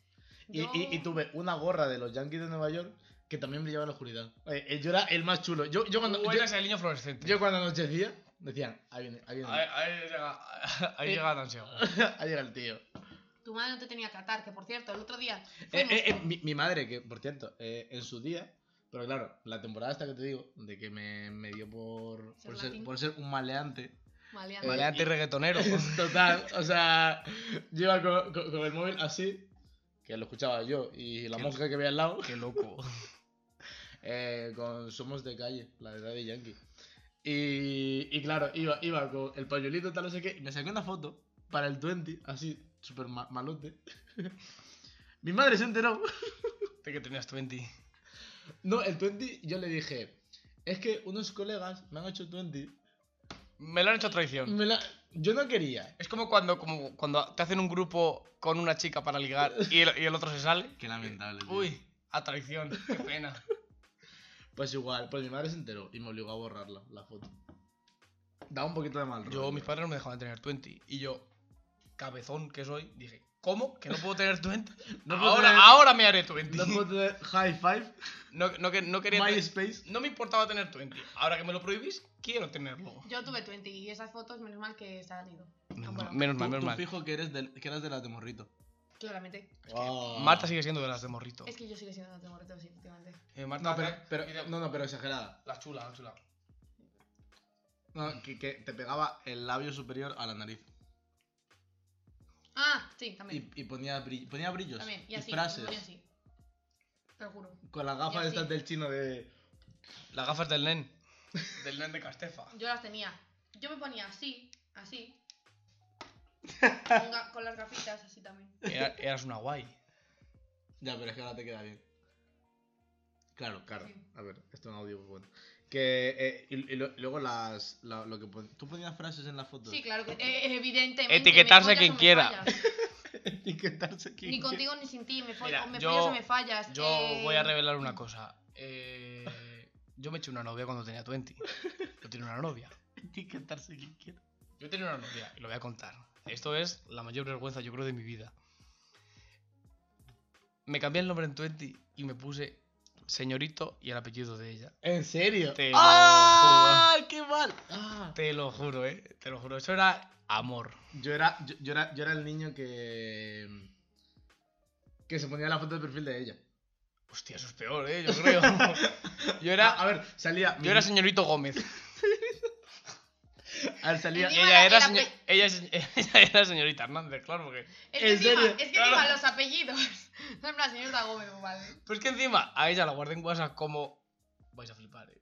A: Y,
B: Yo-
A: y- y tuve una gorra de los Yankees de Nueva York que también brillaba en la oscuridad. Eh, eh, yo era el más chulo. Yo, yo cuando,
C: Tú
A: yo,
C: eras el niño fluorescente.
A: yo cuando anochecía, decían, ahí viene, ahí viene.
C: Ahí, ahí llega, ahí
A: Eh.
C: llega Danseo.
A: Ahí llega el tío.
B: Tu madre no te tenía que atar, que por cierto, el otro día
A: Eh,
B: fuimos-
A: eh, eh, mi, mi madre, que por cierto, eh, en su día Pero claro, la temporada esta que te digo, de que me, me dio por
B: Ser
A: por ser,
B: latín.
A: por ser un maleante.
B: Maleante.
C: Vale,
A: y-
C: anti-reggaetonero.
A: Pues Total, o sea, yo iba con, con- con el móvil así, que lo escuchaba yo y la
C: Qué
A: mosca que veía al lado,
C: Qué loco.
A: eh, con Somos de Calle, la de Daddy Yankee. Y, y claro, iba, iba con el pañuelito tal, no sé qué, y me saqué una foto para el 20, así, súper ma- malote. Mi madre se enteró.
C: De Este que tenías 20.
A: No, el 20 yo le dije, es que unos colegas me han hecho 20.
C: Me lo han hecho a traición.
A: Me la- Yo no quería.
C: Es como cuando, como cuando te hacen un grupo con una chica para ligar y el, y el otro se sale.
A: Qué lamentable.
C: Uy, a traición. Qué pena.
A: Pues igual, pues mi madre se enteró y me obligó a borrarla, la foto. Da un poquito de mal rollo.
C: Yo, mis padres no me dejaban tener 20. Y yo, cabezón que soy, dije, ¿cómo? ¿Que no puedo tener 20?
A: No puedo
C: ahora,
A: tener-
C: ahora me haré 20.
A: No puedo tener high five,
C: No, no, que- no quería tener-
A: MySpace.
C: No me importaba tener 20. Ahora que me lo prohibís, quiero tenerlo.
B: Yo tuve 20 y esas fotos, menos mal que se han ido.
C: Menos
B: bueno.
C: mal, menos mal. menos mal.
A: fijo que eres de, que eras de las de morrito.
B: Claramente.
A: Ah.
C: Marta sigue siendo de las de morrito.
B: Es que yo sigo siendo de morrito, sí, efectivamente.
C: Eh, Marta,
A: No, pero, pero-
C: mira,
A: no, no, pero exagerada.
C: La chula, la chula.
A: No, que, que te pegaba el labio superior a la nariz.
B: Ah, sí, también.
A: Y, y ponía, brill- ponía brillos.
B: también. Y así.
A: frases.
B: Y así. Te lo juro.
A: Con las gafas
B: así.
A: estas del chino de.
C: Las gafas del nen. del nen de Castefa.
B: Yo las tenía. Yo me ponía así, así. Con, ga- con las gafitas, así también.
C: Era- eras una guay.
A: Ya, pero es que ahora te queda bien. Claro, claro.
B: Sí.
A: A ver, esto es un audio bueno. Que. eh, y, y lo- luego las. la- lo que pon- ¿Tú ponías frases en la foto?
B: Sí, claro que. eh, evidentemente. me
C: Etiquetarse
B: follas
C: quien
B: o me
C: quiera.
B: fallas.
A: Etiquetarse aquí.
B: Ni contigo ni sin ti. Me, fol-
C: Mira,
B: o me
C: yo-
B: follas o me fallas.
C: Yo
B: eh,
C: voy a revelar una cosa. Eh, yo me eché una novia cuando tenía 20. Yo tenía una novia.
A: Etiquetarse quien quiera.
C: Yo tenía una novia y lo voy a contar. Esto es la mayor vergüenza, yo creo, de mi vida. Me cambié el nombre en 20 y me puse señorito y el apellido de ella.
A: ¿En serio?
C: Te lo
A: ¡Ah! ¡Qué mal! Ah.
C: Te lo juro, eh. Te lo juro. Eso era amor.
A: Yo era, yo, yo era, yo era el niño que. que se ponía la foto de perfil de ella.
C: Hostia, eso es peor, eh. Yo creo. Yo
A: Era,
C: era,
A: a ver, salía. mi-
C: yo era señorito Gómez.
A: A ver, salía.
B: Encima
C: Ella
B: era-
C: era,
B: era
C: señor- ella, es- ella era señorita Hernández, claro, porque.
B: Es que
A: ¿En
B: encima,
A: serio?
B: es que
C: Claro.
B: encima los apellidos. No en plan, señorita Gómez, vale.
C: Pues que encima a ella la guardé en WhatsApp como. Vais a flipar, eh.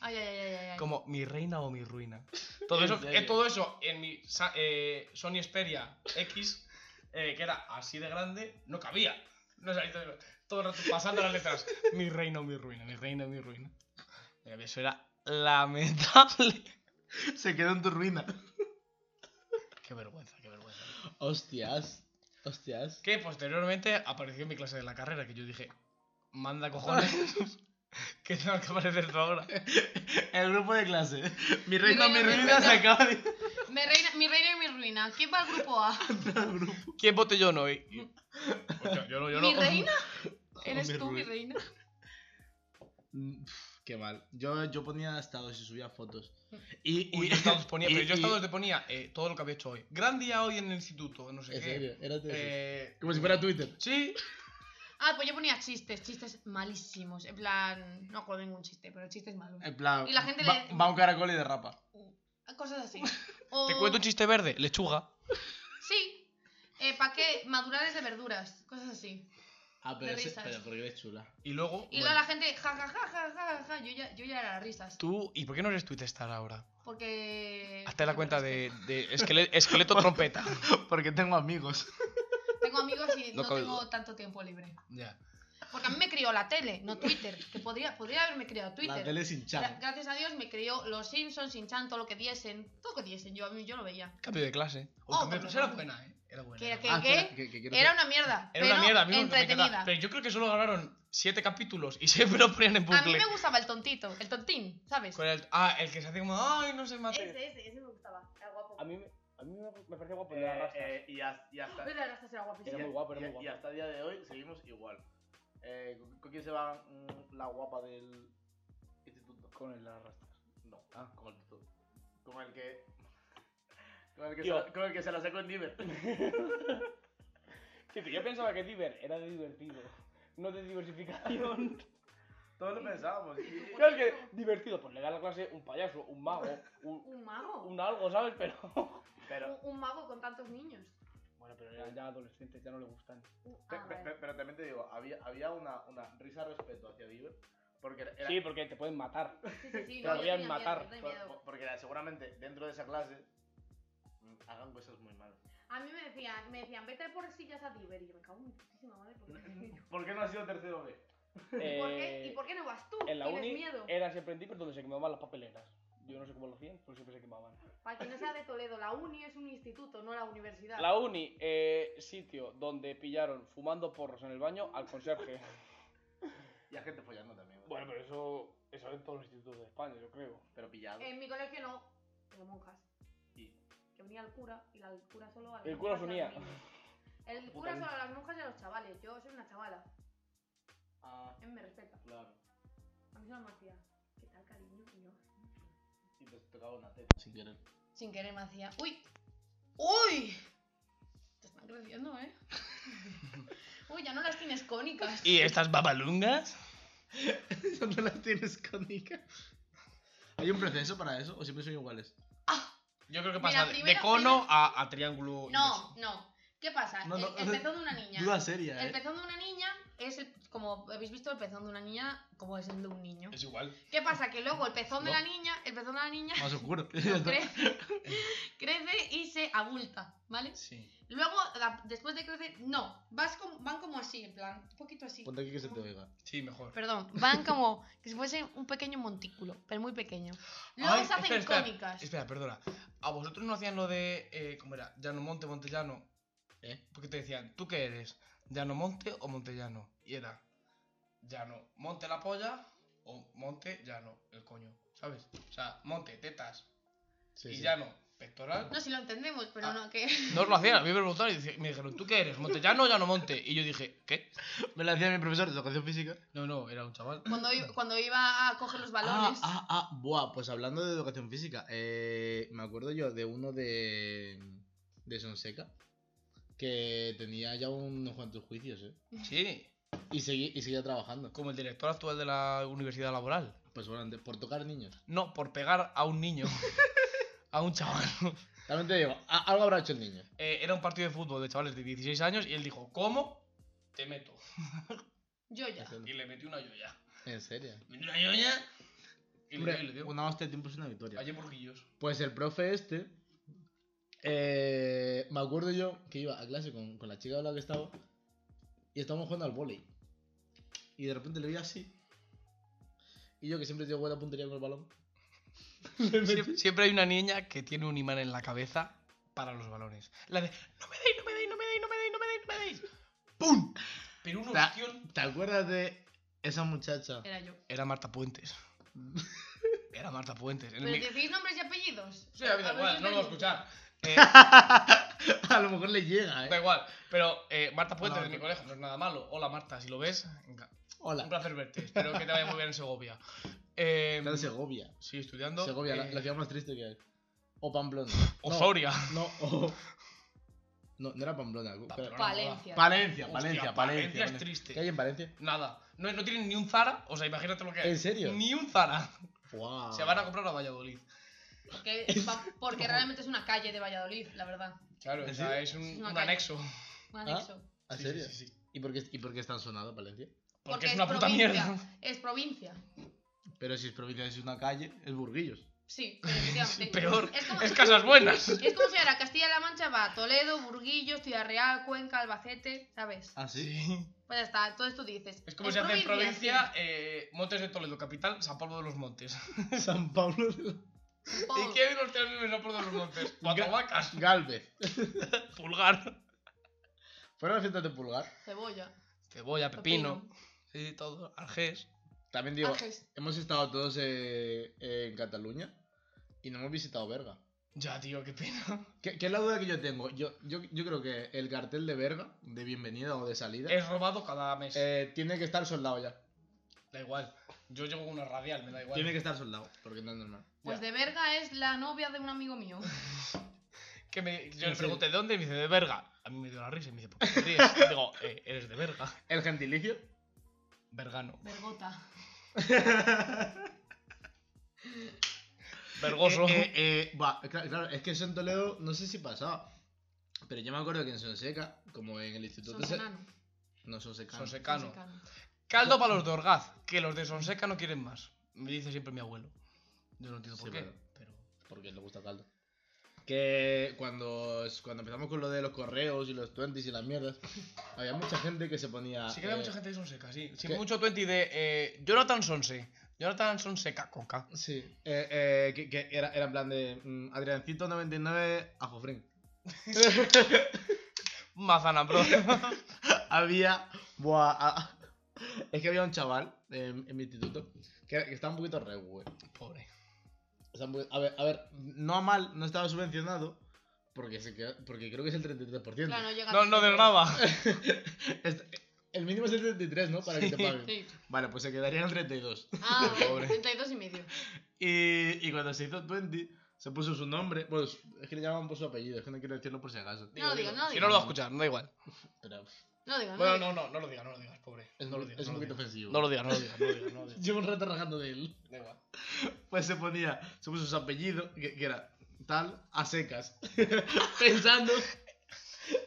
B: Ay, ay, ay, ay, ay, ay.
C: Como mi reina o mi ruina. Todo
A: ¿En
C: eso,
A: serio?
C: eh, todo eso en mi sa- eh, Sony Xperia X, eh, que era así de grande, no cabía. No sabía, todo- todo el rato pasando las letras. Mi reina o mi ruina, mi reina o mi ruina. Mira, Eso era lamentable.
A: Se quedó en tu ruina.
C: Qué vergüenza, qué vergüenza.
A: Hostias. Hostias.
C: Que posteriormente apareció en mi clase de la carrera, que yo dije, manda cojones, que tengo que aparecer tú ahora.
A: El grupo de clase. Mi
B: reina,
A: reina,
B: mi
A: mi
B: reina.
A: ruina se acaba de ir
B: Mi reina, mi reina y mi ruina. ¿Quién va al grupo A?
A: al grupo.
C: ¿Quién voté yo no? Y- y- Hostia, yo no, yo no.
B: ¿Mi reina?
A: Oh,
B: ¿Eres
A: mi
B: tú mi
A: ruina.
B: reina?
A: Mm, pf, Qué mal. Yo, yo ponía estados y subía fotos. Y, y-
C: Uy, yo estados ponía,
A: y-
C: pero yo
A: y-
C: estados te ponía eh, todo lo que había hecho hoy. Gran día hoy en el instituto, no sé
A: En
C: qué.
A: serio, era de esos.
C: Eh,
A: Como si fuera Twitter.
C: sí,
B: Ah, pues yo ponía chistes, chistes malísimos. En plan, no acuerdo ningún chiste, pero chistes malos.
A: En plan.
B: Y la gente
A: va,
B: le-
A: va un caracol y derrapa.
B: Eh. Cosas así. O,
C: te cuento un chiste verde, lechuga.
B: Sí. ¿Para qué? Madurales de verduras. Cosas así.
A: Ah,
B: pero De ese- risas. pero
A: porque eres chula.
C: Y luego. pues,
B: Y luego la gente, ja, ja, ja, ja, ja, ja. Yo ya, yo ya era las risas.
C: Tú, ¿y por qué no eres Twitter ahora?
B: Porque.
C: Hazte la cuenta de, de esquele- esqueleto trompeta.
A: Porque tengo amigos.
B: Tengo amigos y
C: No
B: no,
C: cabe
B: tengo
C: duda.
B: tanto tiempo libre.
C: Ya.
B: Porque a mí me crió la tele, no Twitter. Que podría, podría haberme criado Twitter.
A: La tele sin
B: Gra-
A: chat.
B: gracias a Dios me crió los Simpsons, Sin Chan, todo lo que diesen. Todo lo que diesen, yo, a mí- yo lo veía.
C: Cambio de clase. Uy,
B: Oh,
C: cambio de
B: pero
C: clase era
B: no.
C: buena, ¿eh? Era buena.
B: Que-
C: era
B: que-
C: buena.
A: Ah, espera, que- que quiero
B: Era una mierda.
C: Era una
B: pero
C: mierda, a mí me- me encantaba.
B: entretenida.
C: Pero yo creo que solo grabaron siete capítulos y siempre lo ponían en
B: A mí
C: bucle.
B: me gustaba el tontito, el tontín, ¿sabes?
C: Con el- ah, el que se hace como, ay, no se mate.
B: Ese, ese, ese me gustaba. Era guapo.
D: mí, a mí me, me parece guapo
E: Eh, eh, y, has- y hasta,
B: Pero la raza era guapísima.
D: Era muy guapo, era
E: y-
D: muy guapo.
E: y hasta el día de hoy seguimos igual. Eh, ¿con, con quién se va mm, la guapa del instituto?
D: Con el arrastre.
E: No,
D: Ah.
E: con el tutor. Con el que. Con el que, se,
D: Tío.
E: la- con el que se la sacó en Diver.
D: yo pensaba que Diver era de divertido, no de diversificación.
E: Todos lo pensábamos.
D: Claro, es que divertido, pues le da a la clase un payaso, un mago, un,
B: Un mago. Un,
D: un algo, ¿sabes? Pero.
E: Pero,
B: un mago con tantos niños.
D: Bueno, pero eran ya adolescentes, ya no le gustan.
B: Un-
E: pe-
B: ah,
E: pe-
B: vale.
E: pe- pero también te digo, había, había una, una risa de respeto hacia Bieber. Porque era,
D: Sí, porque te pueden matar.
B: Sí, sí, sí.
E: Te
B: no, yo
D: podían
B: tenía
D: matar.
B: miedo, yo tenía
E: por-
B: miedo.
E: por- porque era- seguramente dentro de esa clase mm, hagan cosas muy malas.
B: A mí me decían, me decían, vete por sillas a Diver. Y yo me cago en mi putísima madre. ¿por qué?
E: ¿Por qué no has sido tercero B?
B: ¿Y por
D: Eh,
B: qué, ¿Y por qué no vas tú?
D: En la
B: Tienes
D: uni
B: miedo.
D: era siempre en Dipper donde se quemaban las papeleras. Yo no sé cómo lo hacían, pero siempre se quemaban.
B: Para quien no sea de Toledo, la uni es un instituto, no la universidad.
D: La uni, eh, sitio donde pillaron fumando porros en el baño al conserje.
E: Y a gente follando también. ¿no?
D: bueno, pero eso, eso en todos los institutos de España, yo creo.
E: Pero pillado.
B: En mi colegio no, pero monjas.
E: Y-
B: Que venía el cura y la, el cura solo a las
D: El cura
B: monjas y a los
D: se unía.
B: niños. El
D: Puta
B: cura solo
D: vida.
B: a las monjas y a los chavales. Yo soy una chavala.
E: Ah,
B: Él me respeta.
E: claro.
B: A mí solo me hacía. ¿Qué tal, cariño? Y yo.
E: Y te tocaba una teta.
A: Sin querer.
B: Sin querer me hacía. ¡Uy! ¡Uy! Te están creciendo, ¿eh? Uy, ya no las tienes cónicas.
C: ¿Y estas babalungas?
A: ¿Dónde las tienes cónicas? ¿Hay un proceso para eso o siempre son iguales?
C: Yo creo que
B: Mira,
C: pasa de- de
B: primero-
C: cono
B: primero-
C: a, a triángulo.
B: No, no. ¿Qué pasa?
A: No, no.
B: El, el pezón de una niña.
A: Duda seria,
B: El
A: ¿eh?
B: pezón de una niña es el, como habéis visto el pezón de una niña como es el de un niño.
C: Es igual.
B: ¿Qué pasa? Que luego el pezón de
A: No.
B: la niña, el pezón de la niña
A: Más oscuro.
B: no, crece, crece y se abulta, ¿vale?
C: Sí.
B: Luego, la- después de crecer, no, vas como- van como así, en plan, un poquito así.
A: Ponte aquí que se te oiga.
C: Sí, mejor.
B: Perdón, van como que si fuese un pequeño montículo, pero muy pequeño. Luego
C: Ay,
B: se hacen
C: espera, espera.
B: cónicas.
C: Espera, perdona. ¿A vosotros no hacían lo de. Eh, ¿Cómo era? Llano Monte, Montellano.
A: ¿Eh?
C: Porque te decían, ¿tú qué eres? ¿Llano Monte o Montellano? Y era. Llano Monte la polla o Monte Llano el coño. ¿Sabes? O sea, Monte, tetas.
A: Sí,
C: y
A: sí.
C: Llano, pectoral.
B: No, si lo entendemos, pero
C: Ah.
B: no, que...
C: No os lo hacían, a mí me preguntaron y dice- me dijeron, ¿tú qué eres? ¿Montellano o Llano Monte? Y yo dije, ¿qué?
A: Me la hacía mi profesor de educación física.
C: No, no, era un chaval.
B: Cuando, i- cuando iba a coger los balones.
A: Ah, ah, ah, buah, pues hablando de educación física, eh, me acuerdo yo de uno de, de Sonseca que tenía ya unos cuantos juicios, ¿eh?
C: Sí,
A: Y, seguí, y seguía trabajando.
C: como el director actual de la universidad laboral.
A: Pues bueno, antes, por tocar niños.
C: No, por pegar a un niño. a un chaval.
A: También te digo, a- algo habrá hecho el niño.
C: Eh, era un partido de fútbol de chavales de 16 años y él dijo, ¿cómo? Te meto.
B: Yo ya.
C: Y le metí una yoya.
A: En serio.
C: Metí una yoya y le dio, y le
A: Hombre,
C: dio.
A: una hostia de tiempo es una victoria.
C: Allí en Burguillos.
A: Pues el profe este, eh, me acuerdo yo que iba a clase con, con la chica de la que estaba y estábamos jugando al volei. Y de repente le vi así. Y yo que siempre tengo buena puntería con el balón. le metí-
C: Siempre, siempre hay una niña que tiene un imán en la cabeza para los balones. La de, no me deis, no me deis, no me deis, no me deis, no me deis, no me deis. ¡Pum! Pero una
A: La-
C: opción...
A: ¿Te acuerdas de esa muchacha?
B: Era yo.
C: Era Marta Puentes. Era Marta Puentes. En el
B: ¿Pero
C: mic-
B: decís nombres y apellidos?
C: Sí, a mí da
B: ver
C: igual,
B: si
C: no lo voy a
B: entendí.
C: escuchar. Eh,
A: a lo mejor le llega,
C: da
A: eh.
C: igual. Pero eh, Marta Puentes
A: Hola,
C: de mi
A: Marta.
C: colegio no es nada malo. Hola Marta, si lo ves, enca- Un
A: Hola.
C: placer verte. Espero que te vaya muy bien en Segovia. Eh,
A: Está en Segovia.
C: sí, estudiando.
A: Segovia, la,
C: eh,
A: la ciudad más triste que hay. O Pamplona.
C: O
A: No,
C: Soria.
A: No, o- no, no era Pamplona.
C: Pamplona,
A: espera.
B: Valencia.
A: Valencia, Valencia,
C: Hostia,
A: Valencia.
C: Valencia es
A: Valencia.
C: triste.
A: ¿Qué hay en Valencia?
C: Nada. No, no tienen ni un Zara. O sea, imagínate lo que
A: ¿En
C: es.
A: serio? Ah.
C: Ni un Zara.
A: Guau.
C: Se van a comprar a Valladolid.
B: Porque, va- porque realmente es una calle de Valladolid, la verdad.
C: Claro,
A: ¿En
C: o sea,
A: serio?
C: es un,
B: Una
C: un
B: calle.
C: anexo.
B: Un
C: Ah,
B: anexo.
A: ¿En
C: Sí,
A: serio?
C: sí, sí, sí.
A: ¿Y, por qué, ¿Y por qué están sonados Valencia?
C: Porque, es una puta
B: provincia,
C: mierda.
B: Es provincia.
A: Pero si es provincia, es una calle, es Burguillos.
B: Sí, pero efectivamente.
C: Peor.
B: Es como,
C: Es Casas Buenas.
B: es como si ahora Castilla-La Mancha va a Toledo, Burguillos, Ciudad Real, Cuenca, Albacete, ¿sabes?
A: Ah,
C: Sí.
B: Pues ya está, todo esto dices.
C: Es como si hace en provincia eh, Montes de Toledo, capital, San Pablo de los Montes.
A: San Pablo de la-
B: sí.
C: ¿Y qué hay de los tres en San Pablo de los Montes? Cuatro
A: Ga-
C: vacas.
A: Galvez.
C: Pulgar.
A: Fueron las fiestas de Pulgar.
B: Cebolla.
C: Cebolla,
B: Pepino.
C: pepino. Sí, todo. Argés.
A: También digo,
B: Ajes.
A: hemos estado todos eh, en Cataluña y no hemos visitado Berga.
C: Ya, tío, qué pena.
A: ¿Qué, qué es la duda que yo tengo? Yo, yo, yo creo que el cartel de Berga, de bienvenida o de salida,
C: Es robado cada mes.
A: eh, tiene que estar soldado ya.
C: Da igual. Yo llevo una radial, me da igual.
A: Tiene que estar soldado, porque no es normal.
B: Pues de verga es la novia de un amigo mío.
C: Que me- yo
A: En
C: le
A: serio.
C: pregunté, ¿de dónde? Y me dice, de verga. A mí me dio la risa y me dice, ¿por qué te ríes? Digo, "Eh, eres de verga.
A: ¿El gentilicio?
C: Vergano.
B: Vergota.
C: Vergoso.
A: Eh, eh, eh, buah, cla- claro, es que eso en Toledo no sé si pasaba. Pero yo me acuerdo que en Sonseca, como en el instituto.
B: Son
A: se-
B: enano, son
A: No, Sonseca.
C: Sonseca. Secano.
B: secano.
C: Caldo para los de Orgaz, que los de Sonseca no quieren más. Me dice siempre mi abuelo. Yo no entiendo por
A: Sí,
C: qué,
A: pero-
C: pero...
A: Porque le gusta caldo. Que cuando, cuando empezamos con lo de los correos y los 20 y las mierdas, había mucha gente que se ponía.
C: sí que había
A: eh,
C: mucha gente de Sonseca, sí. Sí,
A: ¿qué?
C: mucho 20 de... Eh, Jonathan Sonse. Jonathan Sonseca, con K.
A: Sí, eh, eh, que, que era, era en plan de mm, Adriancito 99 a Jofrín.
C: Mazana, bro.
A: había. Buah, a- es que había un chaval en, en mi instituto que, que estaba un poquito re, güey.
C: Pobre.
A: O sea, muy- a, ver, a ver, no a mal, no estaba subvencionado, porque, se queda- porque creo que es el 33%.
B: Claro, no llega
C: No,
B: a
C: no
B: tener-
C: nada.
A: Es- el mínimo es el 33, ¿no? Para que te paguen.
B: Sí.
A: Vale, pues se quedaría en el 32.
B: Ah,
C: Pobre.
B: 32 y medio.
A: Y, y cuando se hizo 20, se puso su nombre. Pues es que le llamaban por su apellido, es que no quiero decirlo por si acaso.
B: No lo digas, no Ah. lo
C: Si
B: digas.
C: no lo va a escuchar, no da igual.
A: Pero
B: No digas, no
C: Bueno,
B: digas.
C: no, no, no lo digas, no lo digas, pobre.
A: es,
C: No lo
A: un-
C: digas,
A: es
C: no
A: un
C: lo
A: poquito
C: digas.
A: ofensivo.
C: No lo digas, no lo digas, no lo digas, no lo digas.
A: Llevo un rato rajando de él.
C: Da igual.
A: Pues se ponía, se puso su apellido, que, que era tal, a secas. pensando,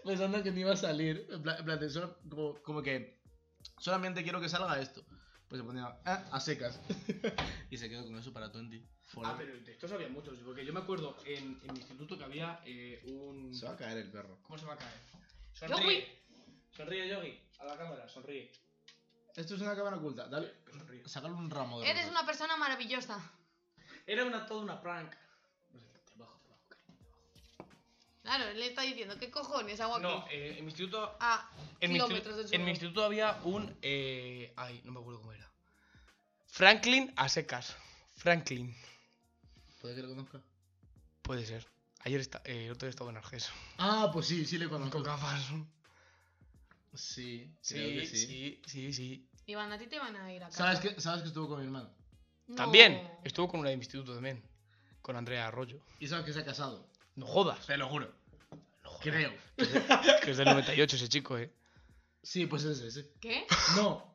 A: pensando que no iba a salir. En plan, en plan de solo- como, como que solamente quiero que salga esto. Pues se ponía "Ah, a secas. y se quedó con eso para 20.
C: Ah, pero de estos había muchos, porque yo me acuerdo en, en mi instituto que había eh, un...
A: Se va a caer el perro.
C: ¿Cómo se va a caer?
B: Yogi.
C: Sonríe. Sonríe, Yogi. A la cámara, sonríe.
A: Esto es una cámara oculta. Dale,
C: Sonríe.
A: sacale un ramo de
B: Eres
A: rosas.
B: una persona maravillosa.
C: Era una, toda una prank. No sé, te bajo, te bajo, cariño.
B: Claro, él le está diciendo, ¿qué cojones hago aquí?
C: No, eh, en mi instituto...
B: Ah,
C: En mi,
B: kilómetros
C: instituto,
B: de su
C: en mi
B: voz.
C: instituto había un... eh, ay, no me acuerdo cómo era. Franklin a secas. Franklin.
A: ¿Puede que lo conozca?
C: Puede ser. Ayer está, eh, el otro día estaba en Arges.
A: Ah, pues sí, sí le
C: Con
A: conozco.
C: gafas.
A: Sí, creo
C: Sí,
A: que sí.
C: sí, sí, sí.
B: Iván, a ti te van a ir a casa.
A: ¿Sabes que, ¿Sabes que estuvo con mi hermano?
B: No.
C: También. Estuvo con una de mi instituto también. Con Andrea Arroyo.
A: ¿Y sabes que se ha casado?
C: No jodas.
A: Te lo juro.
C: No jodas.
A: Creo.
C: Que es del 98 ese chico, eh.
A: Sí, pues ese, ese.
B: ¿Qué?
A: No,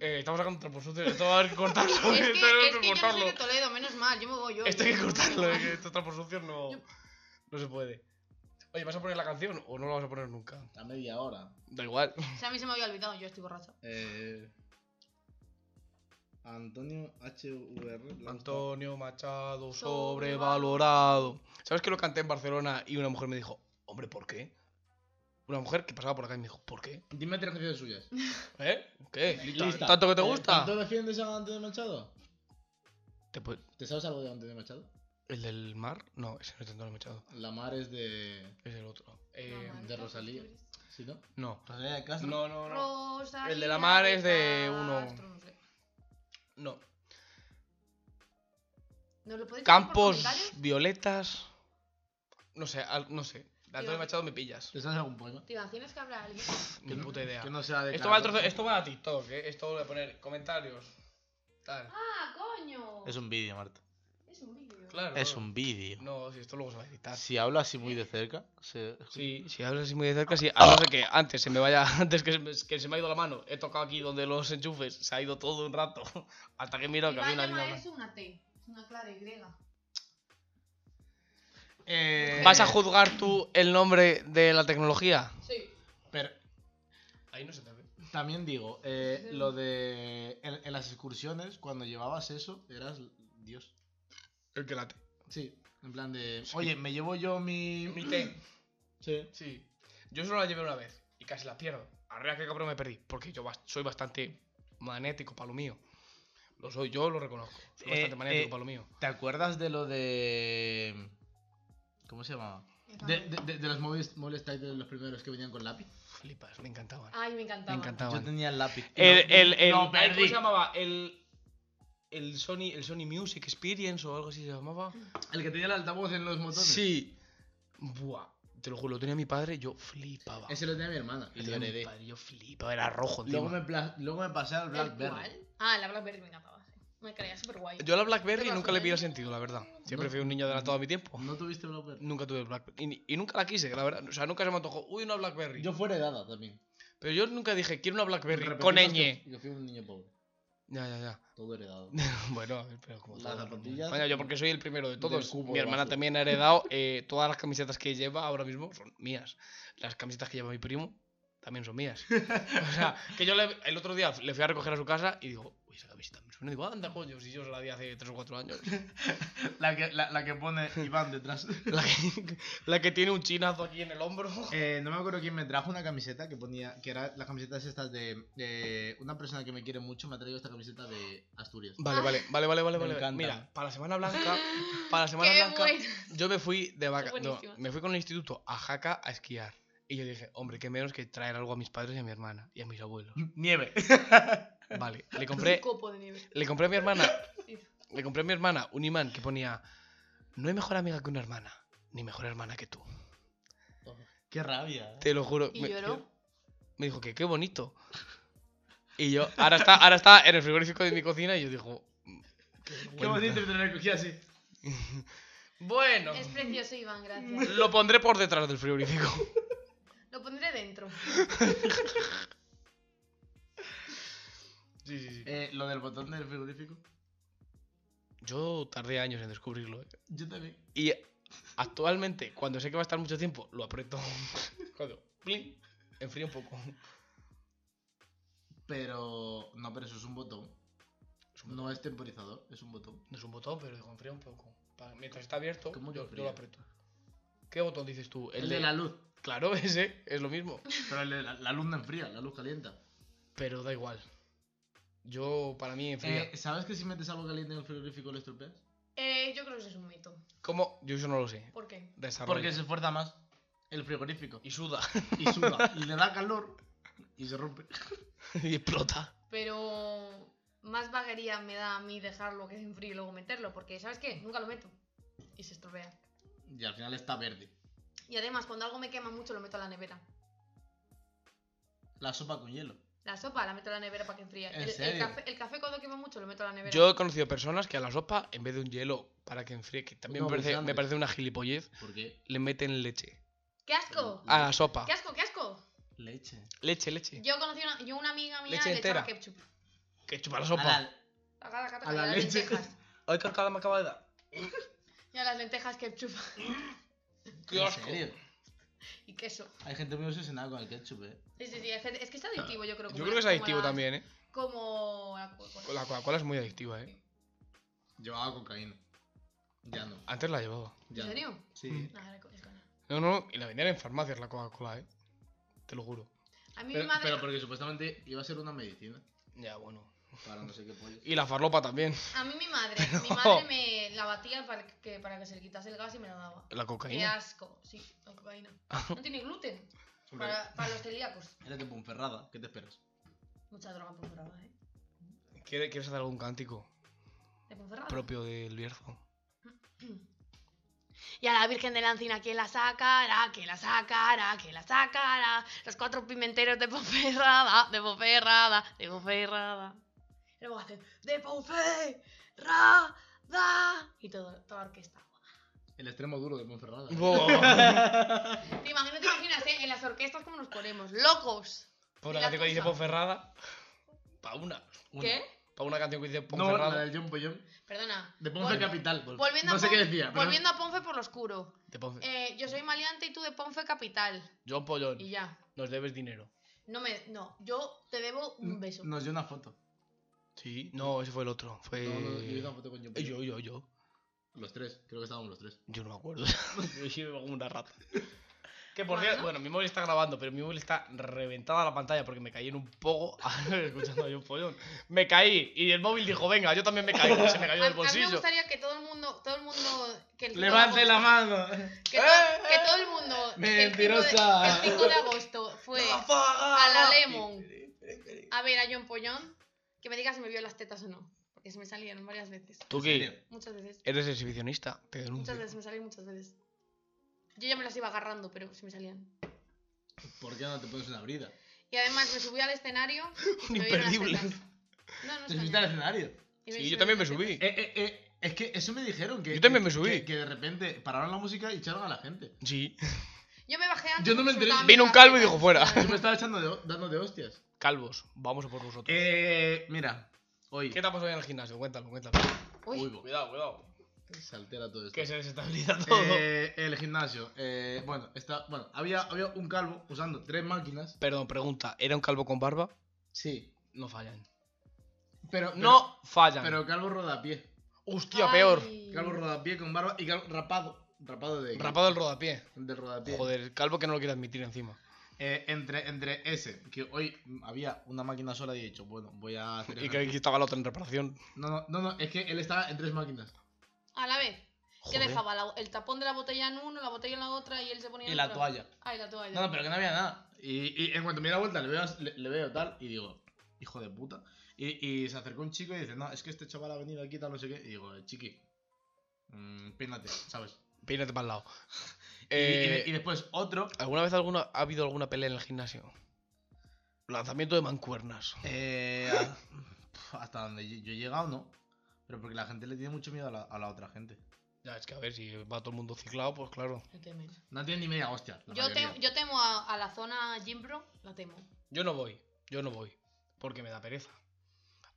C: Eh, estamos sacando tramposos. Esto va a haber que cortarlo.
B: Es que, es
C: esto va a haber
B: que
C: que
B: yo no soy
C: cortarlo.
B: de Toledo, menos mal, yo me voy yo.
C: Esto hay que cortarlo. eh,
B: Menos
C: que
B: mal.
C: Estos trampos sucios no,
B: Yo-
C: no se puede. Oye, ¿vas a poner la canción o no la vas a poner nunca?
A: a media hora.
C: Da igual.
B: O sea, a mí se me había olvidado, yo estoy borracho.
A: Eh, Antonio HVR. le ha gustado.
C: Antonio
B: Sobrevalorado.
C: Machado, sobrevalorado. ¿Sabes que lo canté en Barcelona y una mujer me dijo, hombre, ¿por qué? Una mujer que pasaba por acá y me dijo, ¿por qué?
A: Dime tres canciones suyas.
C: ¿Eh? ¿Qué?
A: Lista.
C: ¿Tanto que te
A: Eh,
C: gusta?
A: ¿Tanto defiendes a Antonio Machado?
C: Te pu-
A: ¿Te sabes algo de Antonio Machado?
C: ¿El del mar? No, ese no es Antonio Machado.
A: La mar es de.
C: Es el otro. Eh,
B: No, mal,
A: de
B: no,
A: Rosalía.
B: Asturias.
A: ¿Sí, no?
C: no.
A: Rosalía de Castro.
C: No, no, no.
B: Rosalía
C: El de la mar es de uno.
B: Castro, No, sé.
C: No.
B: ¿Nos lo podéis decir por
C: Campos,
B: comentarios?
C: violetas. No sé, al- no sé. De
B: Digo-
C: Antonio Machado me pillas.
A: ¿Te sabes algún poema?
B: Tío, tienes que hablar a alguien.
C: Ni
A: Que-
C: puta idea.
A: Que no sea de.
C: Esto va, al
A: Carlos.
C: trozo- esto va a TikTok, ¿eh? Esto voy a poner comentarios. Tal.
B: ¡Ah, coño!
F: Es un vídeo, Marta.
B: Es un vídeo.
C: Claro.
F: Es
C: claro.
F: un vídeo.
C: No, si esto luego se va a editar.
F: Si hablo así muy de cerca, se...
C: Sí, si hablas así muy de cerca, sí. A no ser que antes se me vaya, antes que se, me- que se me ha ido la mano, he tocado aquí donde los enchufes, se ha ido todo un rato. Hasta que he mirado que había
B: Iván
C: una
B: llama a
C: línea
B: eso una T. Es una clara Y.
A: Eh,
C: blanca. ¿Vas a juzgar tú el nombre de la tecnología?
B: Sí.
A: Pero
C: Ahí no se te ve.
A: también digo, eh, lo de. En, en las excursiones, cuando llevabas eso, eras Dios.
C: El que late.
A: Sí, en plan de. Oye, me llevo yo mi.
C: Mi té.
A: Sí.
C: Sí. Yo solo la llevé una vez y casi la pierdo. Arrea que cabrón me perdí, porque yo bas- soy bastante magnético para lo mío. Lo soy, yo lo reconozco. Soy
F: Eh,
C: bastante magnético
F: eh.
C: para lo mío.
A: ¿Te acuerdas de lo de. ¿Cómo se llamaba?
B: Ah.
A: De, de, de- de los móviles, móviles Tide de los primeros que venían con lápiz.
C: Flipas, me encantaban.
B: Ay, me
C: me
B: encantaba.
A: Yo
C: encantaban.
A: tenía el lápiz.
C: Ah, El,
A: No,
C: el, el,
A: no,
C: ay, ¿Cómo
A: perdí.
C: se llamaba? El, el, Sony, el Sony Music Experience o algo así se llamaba.
A: El que tenía el altavoz en los motones.
C: Sí. Buah. Te lo juro, lo tenía mi padre, yo flipaba.
A: Ese lo tenía mi hermana y
C: Lo
A: lo
C: tenía mi
A: heredé.
C: padre, yo flipaba, era rojo
A: Luego
C: encima.
A: me, pla- luego me pasé al
B: ¿El
A: Blackberry.
B: cual? Ah, la Blackberry me encantaba. sí. Me creía súper guay.
C: Yo a la Blackberry
B: Pero
C: nunca le vi el
B: azul.
C: sentido, la verdad. Siempre
A: No.
C: fui un niño adelantado a mi tiempo.
A: ¿No tuviste Blackberry?
C: Nunca tuve Blackberry. Y, ni- y nunca la quise, la verdad. O sea, nunca se me antojó. Uy, una Blackberry.
A: Yo fue heredada también.
C: Pero yo nunca dije, quiero una Blackberry
A: Repetimos
C: con
A: que-
C: ñ.
A: Yo fui un niño pobre.
C: Ya, ya, ya.
A: Todo heredado.
C: bueno, a ver, pero como
A: La
C: todo el mundo.
A: zapatilla.
C: Bueno, yo porque soy el primero de todos.
A: cubo
C: mi
A: de
C: hermana
A: basura.
C: también ha heredado eh, todas las camisetas que lleva ahora mismo son mías. Las camisetas que lleva mi primo también son mías. O sea, que yo le- el otro día le fui a recoger a su casa y digo, uy, esa camiseta me suena. Y digo, anda, coño, si yo se la di hace 3 o 4 años.
A: La que, la, la que pone Iván detrás.
C: La que, la que tiene un chinazo aquí en el hombro.
A: Eh, no me acuerdo quién me trajo una camiseta que ponía. Que era las camisetas estas de. de una persona que me quiere mucho me ha traído esta camiseta de Asturias.
C: Vale, vale, vale, vale, vale,
A: Me
C: vale.
A: encanta.
C: Mira, para la Semana Blanca, para la Semana
B: Qué
C: Blanca,
B: bueno.
C: yo me fui de vaca, no,
B: buenísimas.
C: me fui con el instituto a Jaca a esquiar. Y yo dije, hombre, qué menos que traer algo a mis padres y a mi hermana y a mis abuelos.
A: Nieve.
C: Vale, le
B: Un
C: compré,
B: copo de nieve.
C: le compré a mi hermana,
B: Sí.
C: le compré a mi hermana un imán que ponía, no hay mejor amiga que una hermana, ni mejor hermana que tú.
A: Qué rabia. ¿eh?
C: Te lo juro.
B: Y
C: me-
B: lloró.
C: me dijo que qué bonito. Y yo, ahora está, ahora está en el frigorífico de mi cocina y yo digo, "Mm,
A: Qué
C: vergüenza".
A: bonito tener recogida así.
C: Bueno,
B: Es precioso, Iván, gracias.
C: lo pondré por detrás del frigorífico.
B: Lo pondré dentro.
C: Sí, sí, sí.
A: Eh, lo del botón del frigorífico.
C: Yo tardé años en descubrirlo. ¿eh?
A: Yo también.
C: Y actualmente, cuando sé que va a estar mucho tiempo, lo aprieto. Cuando, plin, enfría un poco.
A: Pero. No, pero eso es un botón. No es temporizador, es un botón.
C: No es un botón, pero digo, enfría un poco. Pa- Mientras está abierto,
A: ¿Cómo que
C: yo, yo
A: enfría?
C: lo aprieto. ¿Qué botón dices tú?
A: El de la luz.
C: Claro, ese, es lo mismo.
A: Pero el de la, la luz no enfría, la luz calienta.
C: Pero da igual. Yo, para mí, enfría.
A: Eh, ¿Sabes que si metes algo caliente en el frigorífico lo estropeas?
B: Eh, yo creo que eso es un mito.
C: ¿Cómo? Yo eso no lo sé.
B: ¿Por qué?
C: Desarrollo.
A: Porque se esfuerza más el frigorífico.
C: Y suda.
A: Y suda. y le da calor y se rompe.
C: y explota.
B: Pero más vaguería me da a mí dejarlo que se enfríe y luego meterlo, porque ¿sabes qué? Nunca lo meto y se estropea.
A: Y al final está verde.
B: Y además, cuando algo me quema mucho, lo meto a la nevera.
A: La sopa con hielo.
B: La sopa la meto a la nevera para que enfríe.
A: ¿En
B: El, el
A: serio?
B: café, el café cuando quema mucho, lo meto a la nevera.
C: Yo he conocido personas que a la sopa, en vez de un hielo para que enfríe, que también
A: No,
C: me, parece,
A: abundante.
C: me parece una gilipollez,
A: Porque
C: le meten leche.
B: ¡Qué asco!
C: A la sopa.
B: ¡Qué asco, qué asco!
A: leche.
C: Leche, leche.
B: Yo conocí una, yo una amiga mía
C: Leche
B: le echaba
C: entera.
B: ketchup.
C: Que chupa la
A: A
C: sopa.
A: la,
B: Taca, taca, taca,
A: a la
B: y las
A: leche.
B: lentejas.
C: Ay, qué arcada me acaba de dar.
B: Y a las lentejas ketchup
C: Qué
A: ¿En
C: asco.
A: serio?
B: y queso.
A: Hay gente muy obsesionada con el ketchup, eh.
B: Sí, sí, sí, hay gente- Es que es adictivo, yo creo.
C: Yo
B: como
C: creo que es
B: las- como
C: adictivo
B: las-
C: también, ¿eh?
B: Como la Coca-Cola.
C: La Coca-Cola es muy adictiva, ¿eh?
A: Llevaba cocaína. Ya no.
C: Antes la llevaba.
A: Ya
B: ¿En
A: no.
B: serio?
C: Mm.
A: Sí.
B: Ah, era co- es coña.
C: No, no, y la vendían en farmacias la Coca-Cola, ¿eh? Te lo juro.
B: A mí mi
A: Pero,
B: madre.
A: pero porque supuestamente iba a ser una medicina.
C: Ya, bueno.
A: Para no sé qué pollo.
C: Y la farlopa también.
B: A mí mi madre, mi madre me la batía para que, para que se le quitase el gas y me la daba.
C: La
B: Qué
C: cocaína.
B: asco, sí, la cocaína. No tiene gluten.
A: Hombre,
B: Para, para los celíacos.
A: eres de Ponferrada. ¿Qué te esperas?
B: Mucha droga por droga, ¿eh?
C: ¿Quieres quieres hacer algún cántico
B: De Ponferrada.
C: propio del Bierzo?
B: Y a la Virgen de la Encina, que la sacará, que la sacará, que la sacará. Los cuatro pimenteros de Ponferrada, de Ponferrada, de Ponferrada. Y luego hacen, de Ponferrada. Y todo, toda la orquesta.
A: El extremo duro de Ponferrada.
B: Te imagino, te imaginas, ¿eh? En las orquestas como nos ponemos, locos.
C: Por
B: Y
C: la
B: la
C: canción que dice
B: cosa.
C: Ponferrada. Pa' una.
B: ¿Qué?
C: Pa' una canción que dice
A: No, la
C: Ponferrada.
A: del John Pollón.
B: Perdona.
A: De Ponce
B: Vol-
A: Capital. vol-
B: Volviendo
A: no
B: a
A: sé qué
B: Ponfe-
A: decía. pero-
B: Volviendo a Ponfe por lo oscuro.
C: De Ponfe.
B: Eh, yo soy maleante y tú de Ponfe Capital.
C: John Pollón,
B: Y ya.
C: nos debes dinero.
B: No me. No, yo te debo un beso.
A: Nos dio una foto.
C: Sí. No, ese fue el otro. Fue.
A: No, no, yo hice una foto con John
C: Eh,
A: Pollón.
C: Yo, yo, yo.
A: Los tres. Creo que estábamos los tres.
C: Yo no me acuerdo. yo llevo como una rata. Que por
B: Bueno.
C: cierto, bueno, mi móvil está grabando, pero mi móvil está reventada la pantalla porque me caí en un poco escuchando a John Pollón. Me caí y el móvil dijo, venga, yo también me caí. Se me cayó
B: A, a mí
C: del
B: me
C: bolsillo.
B: gustaría que todo el mundo, todo el mundo, que el cinco de
A: ¡Levante
B: agosto-
A: la mano!
B: que, to- que todo el mundo,
A: Mentirosa.
B: el 5 de, el 5 de agosto fue a la Lemon, a ver a John Pollón, que me diga si me vio las tetas o no, porque se me salieron varias veces,
C: Tú
A: ¿En
C: que
A: serio?
B: muchas veces,
C: eres exhibicionista, te denuncio.
B: muchas veces me salieron muchas veces. Yo ya me las iba agarrando, pero se me salían.
A: ¿Por qué no te pones una brida?
B: Y además me subí al escenario y se me vieron las
C: Imperdible.
B: tetas. No, no
A: Te
B: es
A: subiste
B: coña.
A: al escenario.
B: Y
C: Sí,
B: se
C: yo también me
B: vieron las
C: subí.
A: Eh, eh, eh, es que eso me dijeron que.
C: Yo también me
A: que-
C: subí.
A: Que, que de repente pararon la música y echaron a la gente.
C: Sí.
B: tetas. Yo me bajé antes.
A: Yo no me enteré.
B: insultaban
C: Vino un
B: las
C: calvo y
B: tetas.
C: dijo, fuera.
A: Yo me estaba echando de, dando de hostias.
C: Calvos, vamos a por vosotros.
A: Eh, mira, Hoy.
C: ¿Qué te ha pasado hoy en el gimnasio? Cuéntalo, cuéntalo.
B: Uy,
A: Uy, bo-
C: Cuidado, cuidado.
A: se altera todo esto.
C: Que se desestabiliza todo.
A: Eh, el gimnasio. eh, bueno, está, bueno había, había un calvo usando tres máquinas.
C: Perdón, pregunta. ¿Era un calvo con barba?
A: Sí.
C: No fallan.
A: Pero,
C: no fallan.
A: pero, pero calvo rodapié.
C: Hostia, peor.
B: ay.
A: Calvo rodapié con barba y calvo rapado. Rapado de.
C: Rapado el rodapié.
A: De rodapié.
C: Joder, calvo que no lo quiere admitir encima.
A: Eh, entre, entre ese, que hoy había una máquina sola y he dicho, bueno, voy a hacer.
C: Y que aquí estaba la otra en reparación.
A: No, no, no, no, es que él estaba en tres máquinas.
B: A la vez. Que
C: Joder.
B: dejaba la- el tapón de la botella en uno, la botella en la otra y él se ponía.
A: Y
B: en
A: la
B: otra.
A: toalla.
B: Ah, y la toalla.
A: No, no, pero que no había nada. Y, y en cuanto me di la vuelta, le veo, as- le, le veo tal, y digo, hijo de puta. Y, y se acercó un chico y dice, no, es que este chaval ha venido aquí, tal, no sé qué. Y digo, chiqui, mm, peínate, ¿sabes?
C: Peínate para el lado.
A: Y- y de-
C: Eh,
A: y, después otro,
C: ¿Alguna vez alguna, ha habido alguna pelea en el gimnasio? Lanzamiento de mancuernas.
A: eh, a- pf, hasta donde yo yo he llegado, no. Pero porque la gente le tiene mucho miedo a la, a la otra gente.
C: Ya, es que a ver, si va todo el mundo ciclado, pues claro.
B: Yo temo.
A: No tiene ni media hostia. la
B: Yo,
A: mayoría.
B: temo- yo temo a, a la zona Gym Pro, la temo.
C: Yo no voy, yo no voy, porque me da pereza.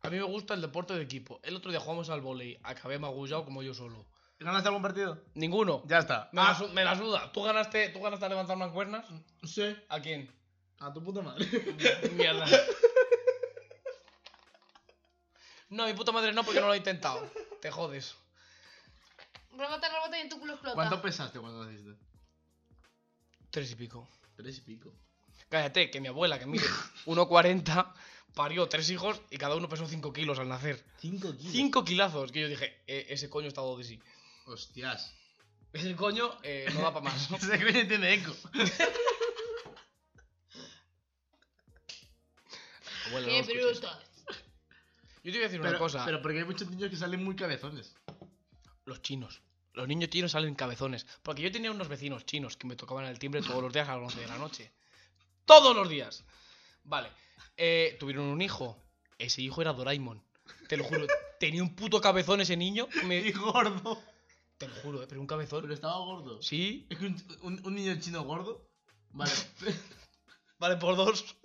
C: A mí me gusta el deporte de equipo. El otro día jugamos al volei, acabé magullado como yo solo.
A: ¿Ganaste algún partido?
C: Ninguno.
A: Ya está.
C: Me, la, su- me la suda. ¿Tú ganaste, ¿Tú ganaste a levantar mancuernas?
A: sí.
C: ¿A quién?
A: A tu puta madre.
C: Mierda. No, mi puta madre no, porque no lo he intentado. Te jodes.
B: Rebota, rebota y en tu culo explota.
A: ¿Cuánto pesaste cuando naciste?
C: Tres y pico.
A: Tres y pico.
C: Cállate, que mi abuela, que mide 1,40, parió tres hijos y cada uno pesó 5 kilos al nacer.
A: Cinco kilos.
C: 5 kilazos, que yo dije, "E- ese coño está dado de sí.
A: Hostias.
C: Ese coño eh, no da para más.
A: Ese coño tiene eco.
C: Abuela, no
B: ¡Qué
C: lo escuches.
B: bruto!
C: Yo te voy a decir
A: Pero,
C: una cosa.
A: pero porque hay muchos niños que salen muy cabezones.
C: Los chinos. Los niños chinos salen cabezones. Porque yo tenía unos vecinos chinos que me tocaban el timbre todos los días a las 11 de la noche. ¡Todos los días! Vale. Eh, tuvieron un hijo. Ese hijo era Doraemon. Te lo juro. tenía un puto cabezón ese niño.
A: Y
C: me-
A: gordo.
C: Te lo juro, eh, pero un cabezón.
A: Pero estaba gordo.
C: Sí.
A: Es que un, un- un niño chino gordo. Vale.
C: Vale, por dos.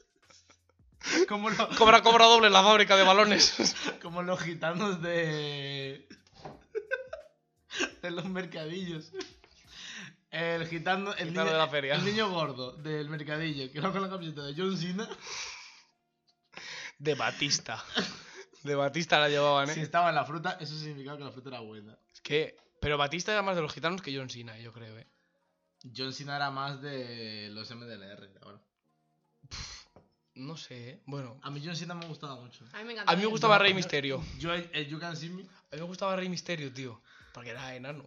A: como, lo-
C: Cobra, cobra doble la fábrica de balones.
A: como los gitanos de. de los mercadillos. El gitano. El
C: Gitano
A: niño,
C: de la feria.
A: El niño gordo del mercadillo que va con la camiseta de John Cena.
C: De Batista. De Batista la llevaban, ¿eh?
A: Si estaba en la fruta, eso significaba que la fruta era buena.
C: Es que. Pero Batista era más de los gitanos que John Cena, yo creo, ¿eh?
A: John Cena era más de los MDLR de ahora.
C: No sé, ¿eh? Bueno.
A: A mí John Cena me gustaba mucho.
B: A mí me encanta.
C: A mí me gustaba Rey Misterio.
A: Yo, el You Can See Me.
C: A mí me gustaba Rey Misterio, tío. Porque era enano.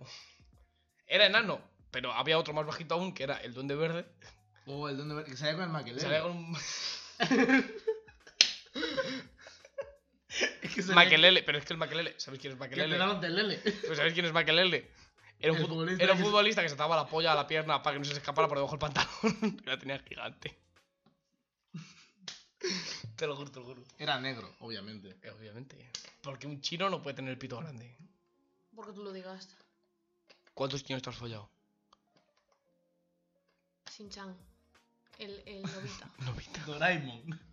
C: Era enano, pero había otro más bajito aún que era el Duende Verde.
A: O el donde que salía con el
C: que
A: Maquelele.
C: salía con un
A: Es que salía-
C: Maquelele. Pero es que el Maquelele. ¿Sabéis quién es
A: Que
C: Maquelele?
A: pegaron telele.
C: Pues ¿Sabéis quién es Maquelele? Era un,
A: El
C: fut-
A: futbolista
C: era un
A: que se-
C: futbolista que se ataba la polla a la pierna para que no se le escapara por debajo del pantalón. que la tenía gigante. te lo juro, te lo juro.
A: Era negro, obviamente.
C: Eh, Obviamente. Porque un chino no puede tener el pito grande.
B: Porque tú lo digas.
C: ¿Cuántos chinos te has follado?
B: Shin-chan. El, el novita.
C: Novita.
A: Doraemon.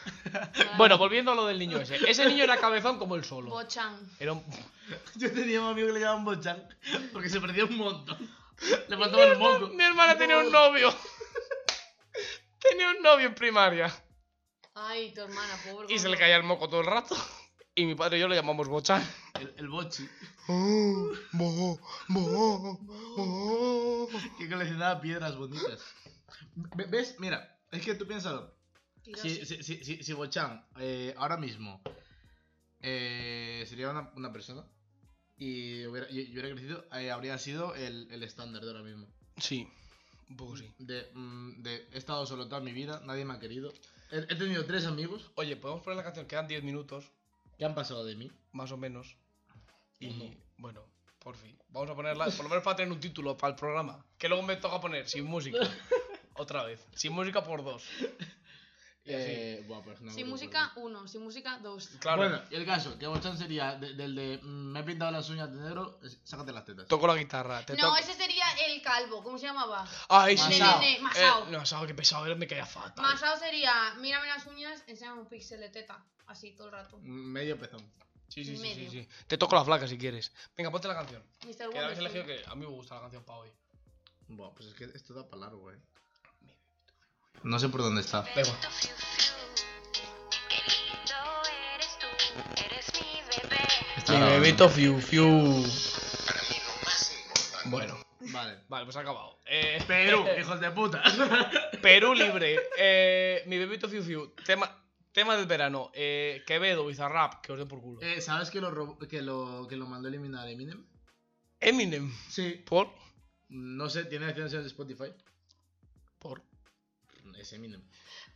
C: Bueno, volviendo a lo del niño ese. Ese niño era cabezón como el solo.
B: Bochan.
C: Era un...
A: Yo tenía un amigo que le llamaban Bochan porque se perdía un montón. Le faltaba el moco.
C: Mi hermana tenía un novio. tenía un novio en primaria.
B: Ay, tu hermana, pobre.
C: Y se le
B: gordo.
C: caía el moco todo el rato. Y mi padre y yo le llamamos Bochan.
A: El, el Bochi, Ah, que coleccionaba piedras bonitas. Ve- ¿Ves? Mira, es que tú piénsalo. Si,
B: Hiroshi.
A: si, si, si, si Bochan eh, ahora mismo eh, sería una, una persona y hubiera, y- y hubiera crecido, eh, habría sido el el estándar de ahora mismo.
C: Sí, un poco Pues sí.
A: De, mm, de- he estado solo toda mi vida, nadie me ha querido. He, he tenido tres amigos
C: Oye, podemos poner la canción. Quedan 10 minutos,
A: que han pasado de mí.
C: más o menos. Y
A: Ujú.
C: bueno, por fin. Vamos a ponerla, por lo menos para tener un título para el programa. Que luego me toca poner sin música. Otra vez. Sin música por dos.
A: Y así. Eh, buah, pues no
B: sin
A: me
B: música, uno. Sin música, dos.
C: Claro,
A: Bueno, y el caso, que Bochan sería de- del de mm, me he pintado las uñas de negro, es- sácate las tetas.
C: toco la guitarra. Te
B: No,
C: toco-
B: ese sería el calvo. ¿Cómo se llamaba?
C: Ay, sí,
A: Masao.
C: sí.
B: Nene,
C: Eh,
B: Masao.
C: no, Masao, qué pesado, era, me caía fatal.
B: Masao sería, mírame las uñas, enséñame un píxel de teta. Así todo el rato.
A: Mm, Medio pezón.
C: Sí, sí, sí, sí,
B: medio.
C: sí. Te toco la flaca si quieres. Venga, ponte la canción.
B: Mr.
C: Que habéis elegido
B: Wonderful.
C: que a mí me gusta la canción para hoy.
A: Buah, pues es que esto da para largo, eh. No sé por dónde está.
C: Da igual.
A: Está
C: Mi
A: grabando.
C: bebito fiu fiu. Bueno,
A: Vale.
C: vale, pues ha acabado. Eh,
A: Perú, hijos de puta.
C: Perú libre. Eh, mi bebito fiu fiu. Tema, tema del verano. Eh, Quevedo, Bizarrap, que os den por culo.
A: Eh, ¿Sabes que lo, rob- que lo que lo mandó a eliminar Eminem?
C: Eminem.
A: Sí.
C: Por.
A: No sé, tiene acciones en Spotify.
C: Por.
A: Es Eminem.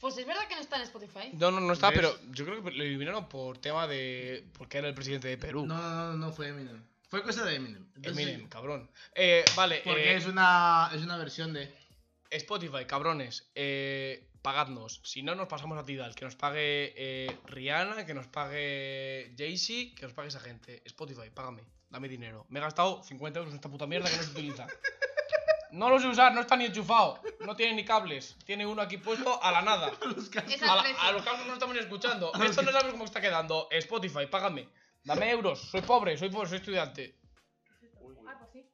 B: Pues es verdad que no está en Spotify.
C: No, no, no está,
A: ¿Ves?
C: pero yo creo que lo eliminaron por tema de. Porque era el presidente de Perú.
A: No, no, no, no fue Eminem. Fue cosa de Eminem. Entonces,
C: Uh. Eminem, cabrón. Eh, vale,
A: Porque
C: eh,
A: es una es una versión de
C: Spotify, cabrones, eh, pagadnos. Si no, nos pasamos a Tidal. Que nos pague eh, Rihanna, que nos pague Jay-Z, que nos pague esa gente. Spotify, págame, dame dinero. Me he gastado 50 euros en esta puta mierda que no se utiliza. No lo sé usar, no está ni enchufado. No tiene ni cables. Tiene uno aquí puesto a la nada.
B: Es
C: A,
B: al
C: la-
B: 13.
C: a los cables no estamos ni escuchando. Esto no sabes cómo está quedando. Spotify, págame. Dame euros. Soy pobre, soy pobre, soy estudiante.
E: Uy, uy.
B: Ah, pues sí.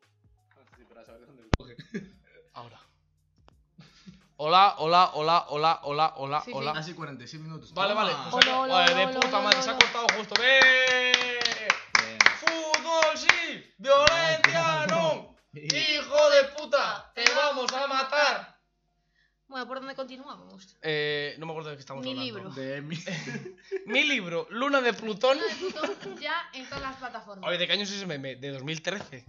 E: Sí, pero a saber dónde
C: Ahora. Hola, hola, hola, hola, hola, hola,
B: Sí, sí.
C: hola.
A: Hace 46 minutos.
C: Vale, vale.
A: Toma.
C: pues
B: Hola, hola,
C: ahora- Vale, de
B: hola,
C: puta
B: hola,
C: madre, se ha
B: hola.
C: cortado justo. ¡Ve!
A: Bien.
C: ¡Fútbol sí! ¡Violencia no! ¡Hijo de puta! ¡Te vamos a matar!
B: Bueno, ¿por dónde continuamos?
C: Eh, no me acuerdo de qué estamos
B: Mi
C: hablando.
B: libro.
A: De Eminem.
C: Mi libro, Luna de Plutón.
B: Luna de Plutón ya en todas las plataformas.
C: Oye, ¿de qué año es ese meme? De 2013.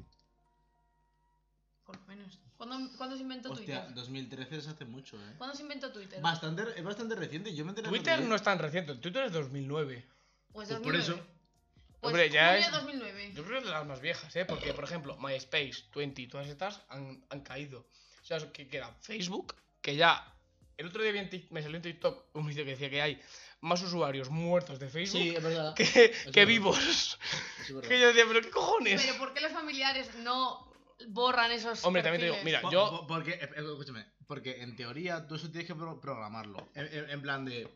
B: Por lo menos. ¿Cuándo, cuándo se inventó
A: Hostia,
B: Twitter?
A: 2013 es hace mucho, eh.
B: ¿Cuándo se inventó Twitter?
A: Bastante, es bastante reciente. Yo me enteré
C: Twitter
A: el
C: no
A: otro
C: es tan reciente, el Twitter es 2009.
B: Pues
A: Pues
B: 2009.
A: por eso.
B: Pues
C: Hombre, ya
B: junio
C: es-
B: de 2009.
C: Yo creo que es de las más viejas, ¿eh? Porque, por ejemplo, MySpace, Twenty, todas estas han, han caído. O sea, que queda Facebook, que ya. El otro día vi en Tik- me salió en TikTok un vídeo que decía que hay más usuarios muertos de
A: día.
C: Facebook
A: Sí, es verdad.
C: que, que
A: verdad.
C: vivos.
A: es verdad.
C: Que yo decía, ¿pero qué cojones?
B: Pero ¿por qué los familiares no borran esos
C: Hombre, también te digo,
B: perfiles?
C: mira,
A: Po-
C: yo.
A: po- Porque, eh, eh, escúchame, porque en teoría tú eso tienes que pro- programarlo. En, en- en plan de.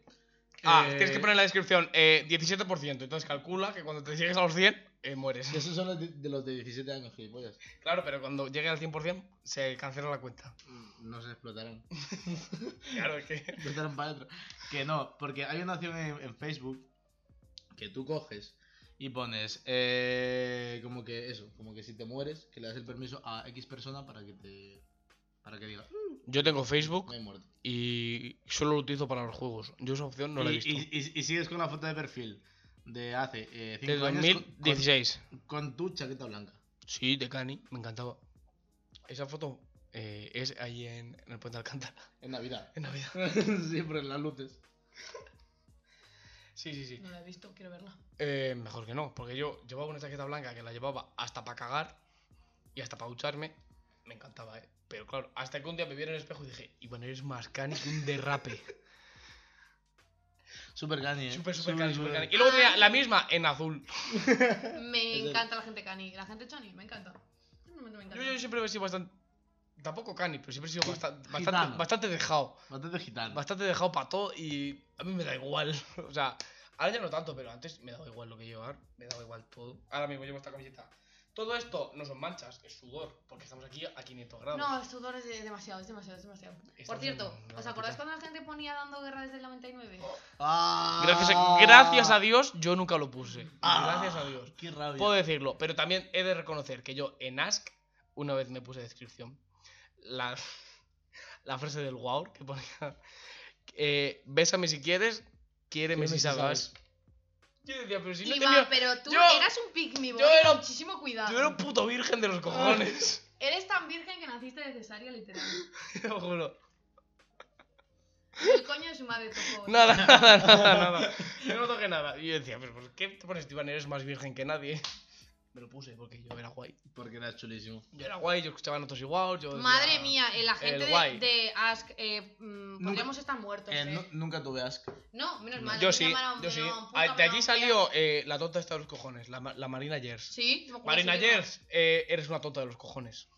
C: Ah,
A: eh,
C: tienes que poner en la descripción eh, 17%. Entonces calcula que cuando te llegues a los 100, eh, mueres.
A: que Esos son los de, de los de 17 años, gilipollas.
C: Claro, pero cuando llegue al 100%, se cancela la cuenta.
A: Mm, No se explotarán.
C: Claro, es que.
A: Explotarán para adentro. Que no, porque hay una opción en, en Facebook que tú coges y pones. eh, como que eso, como que si te mueres, que le das el permiso a X persona para que te. Para que diga, "Mm,
C: Yo tengo Facebook
A: no hay muerto.
C: y solo lo utilizo para los juegos. Yo esa opción no la he
A: y,
C: visto.
A: y- y- y sigues con la foto de perfil de hace 5
C: de
A: años. con- con-
C: 2016.
A: con tu chaqueta blanca.
C: Sí, de Cani, me encantaba. Esa foto eh, es ahí en, en el puente de Alcántara,
A: En Navidad.
C: en Navidad.
A: Siempre en las luces.
C: Sí, sí, sí.
B: No la he visto, quiero verla.
C: Eh, mejor que no, porque yo llevaba una chaqueta blanca que la llevaba hasta para cagar y hasta para ducharme. Me encantaba, ¿eh? Pero claro, hasta que un día me vi en el espejo y dije, y bueno, eres más cani que un derrape.
A: Super cani, eh.
C: Súper, súper cani, súper cani. Y luego tenía la misma en azul.
B: Me
A: Es el-
B: encanta la gente cani. La gente choni, me encanta. Simplemente me encanta.
C: Yo, yo siempre he sido bastante... Tampoco cani, pero siempre he sido basta- bastante,
A: Gitano.
C: bastante dejado.
A: Bastante gitano.
C: bastante dejado para todo y a mí me da igual. O sea, ahora ya no tanto, pero antes me daba igual lo que llevar, me daba igual todo. Ahora mismo llevo esta camiseta. Todo esto no son manchas, es sudor, porque estamos aquí a 500 grados.
B: No, el sudor es de- demasiado, es demasiado, es demasiado. Por
C: Estamos
B: cierto,
C: en una
B: ¿os acordáis
C: gatita.
B: cuando la gente ponía dando guerra desde el 99?
A: Ah.
C: Gracias a, gracias a Dios yo nunca lo puse.
A: Ah.
C: Gracias a Dios.
A: Qué rabia.
C: Puedo decirlo, pero también he de reconocer que yo en Ask una vez me puse descripción. La, la frase del wow que ponía. Eh, Bésame si quieres, quiéreme
A: Quiéreme
C: si
A: si
C: sabes. Yo decía, pero si no
B: Iván,
C: tenía-
B: pero tú
C: yo-
B: eras un pick me boy.
C: yo era-
B: Muchísimo cuidado.
C: Yo era un puto virgen de los cojones.
B: Eres tan virgen que naciste de cesárea, literal.
C: Te lo juro.
B: El coño de su madre tocó.
C: Nada, nada, nada, nada. Yo no toqué nada. Y yo decía, pero ¿por qué te pones, Iván? Eres más virgen que nadie. Me lo puse porque yo era guay.
A: Porque era chulísimo.
C: Yo era guay, yo escuchaba notos igual. Yo
B: Madre
C: decía-
B: mía, eh, la gente
C: el
B: de,
C: guay.
B: de Ask, eh, mm,
A: Nunca-
B: podríamos estar muertos,
A: Eh,
B: eh.
A: nu- nunca tuve ask.
B: No, menos mal. a
C: Yo
B: mí me
C: sí,
B: llamaron-
C: yo
B: me
C: sí.
B: llamaban
C: Ah,
B: puta,
C: De
B: me
C: allí
B: llamaban
C: salió eh, la tonta está de los cojones, la, ma- la Marina Yers.
B: tía. Sí, yo me acuerdo
C: Marina
B: que seguía-
C: Yers, eh, eres una tonta de los cojones.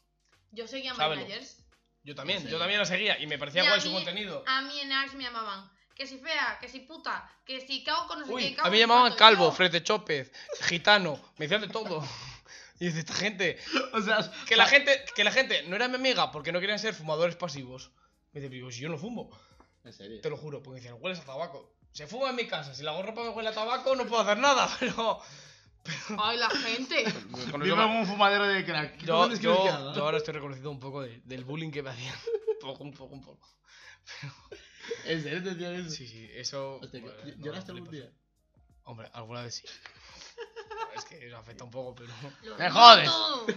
B: Yo seguía a
C: Sábelo.
B: Marina Yers.
C: Yo también,
B: Sí.
C: yo también la seguía y me parecía
B: Y a
C: guay su
B: mí- ah,
C: contenido.
B: A mí en Ask me llamaban que si fea, que si puta, que si cago con no sé qué,
C: Uy,
B: cago
C: a mí
B: en
C: me llamaban
B: cuánto,
C: calvo,
B: yo-
C: Frete Chópez, gitano, me decían de todo. Y dice esta gente,
A: O sea,
C: que la gente, que la gente no era mi amiga porque no querían ser fumadores pasivos. Me dice, pero si yo no fumo,
A: En serio.
C: te lo juro, pues porque decían, hueles a tabaco. Se fuma en mi casa, si la ropa me huele a tabaco no puedo hacer nada, pero...
B: Ay, la gente.
C: Con
A: Vive
C: eso
A: como
C: me-
A: un fumadero de crack. ¿Qué
C: Yo,
A: cojones quieres que
C: yo,
A: haga?
C: yo ahora estoy reconocido un poco de- del bullying que me hacían. poco, un poco, un poco.
A: En serio te decían eso.
C: Sí, sí, eso...
A: Hostia,
C: bueno,
A: ¿ll-
C: no,
A: ¿Lloraste algún
C: flipas.
A: día?
C: Hombre, alguna vez sí. es que eso afecta un poco, pero...
B: Lo
A: Te jodes.
B: noto.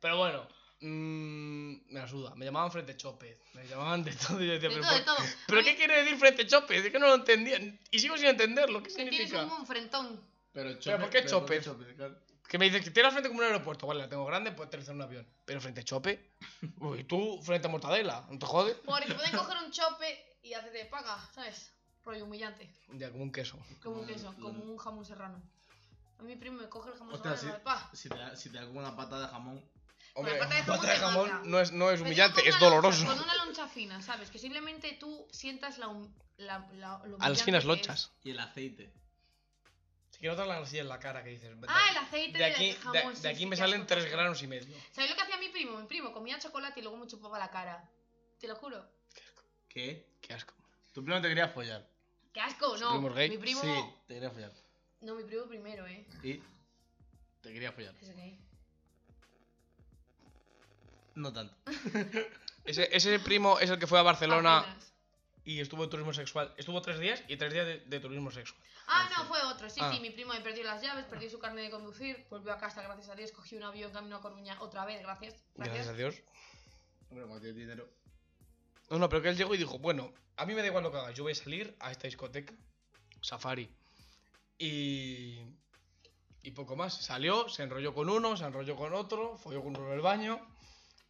C: Pero bueno, mm, me la suda. Me llamaban Frente Chópez. Me llamaban de todo y yo decía,
B: De
C: pero,
B: todo, de
C: por-
B: todo.
C: ¿pero
B: A
C: qué
B: mí
C: quiere decir Frente Chópez? Es que no lo entendía. Y sigo sin entenderlo. ¿Qué
B: me Tienes
C: significa?
B: como un frentón.
A: Pero,
C: por qué
A: pero
C: Chopper? Que me dices que tiene la frente como un aeropuerto. Vale, la tengo grande, puedes aterrizar en un avión. Pero Frente Chope. Uy, tú, Frente a Mortadela. ¿No te jodes?
B: Porque pueden coger un chope y hacerte paga, ¿sabes? Rollo humillante.
C: Ya, como un queso.
B: Como un
A: Mm,
B: queso,
A: mm.
B: como un jamón serrano. A mi primo me coge el jamón
A: Hostia,
B: serrano y me
A: sí.
B: lo pa.
A: Si te, da, si te da como una pata de jamón.
C: Hombre,
B: la pata de
C: pata de
B: jamón
C: jamón
B: te mata.
C: no es, no es
B: Pero
C: humillante,
B: con
C: es
B: una loncha,
C: doloroso.
B: Con una loncha fina, ¿sabes? Que simplemente tú sientas la. hum- la, la lo humillante
C: Alcinas
B: que es.
C: lonchas.
A: Y el aceite.
C: Si quiero notas la grasilla en la cara que dices.
B: Ah, el aceite
C: de aquí,
B: del jamón.
C: de,
B: sí,
C: de aquí
B: sí,
C: me
B: qué
C: salen
B: asco.
C: 3 granos y medio.
B: ¿Sabes lo que hacía mi primo? Mi primo comía chocolate y luego me chupaba la cara. Te lo juro.
A: ¿Qué?
C: Qué asco.
A: Tu primo te quería follar.
B: ¡Qué asco! No.
C: primo es gay?
B: Mi primo.
A: Sí, te quería follar.
B: No, mi primo primero, ¿eh?
A: Y te quería follar.
B: Es gay.
A: No tanto.
C: Ese, ese primo es el que fue a Barcelona
B: Apenas.
C: y estuvo de turismo sexual. Estuvo tres días y tres días de, de turismo sexual.
B: Ah, no, fue otro. Sí,
C: Ah.
B: sí, mi primo ahí perdió las llaves, perdió su carnet de conducir, volvió a casa, gracias a Dios, cogió un avión camino a Coruña otra vez, gracias. Gracias.
C: Gracias a Dios.
A: Hombre, cuando tienes dinero.
C: No, no, pero que él llegó y dijo, bueno, a mí me da igual lo que hagas, yo voy a salir a esta discoteca, Safari. Y... Y poco más. Salió, se enrolló con uno, se enrolló con otro, folló con uno en el baño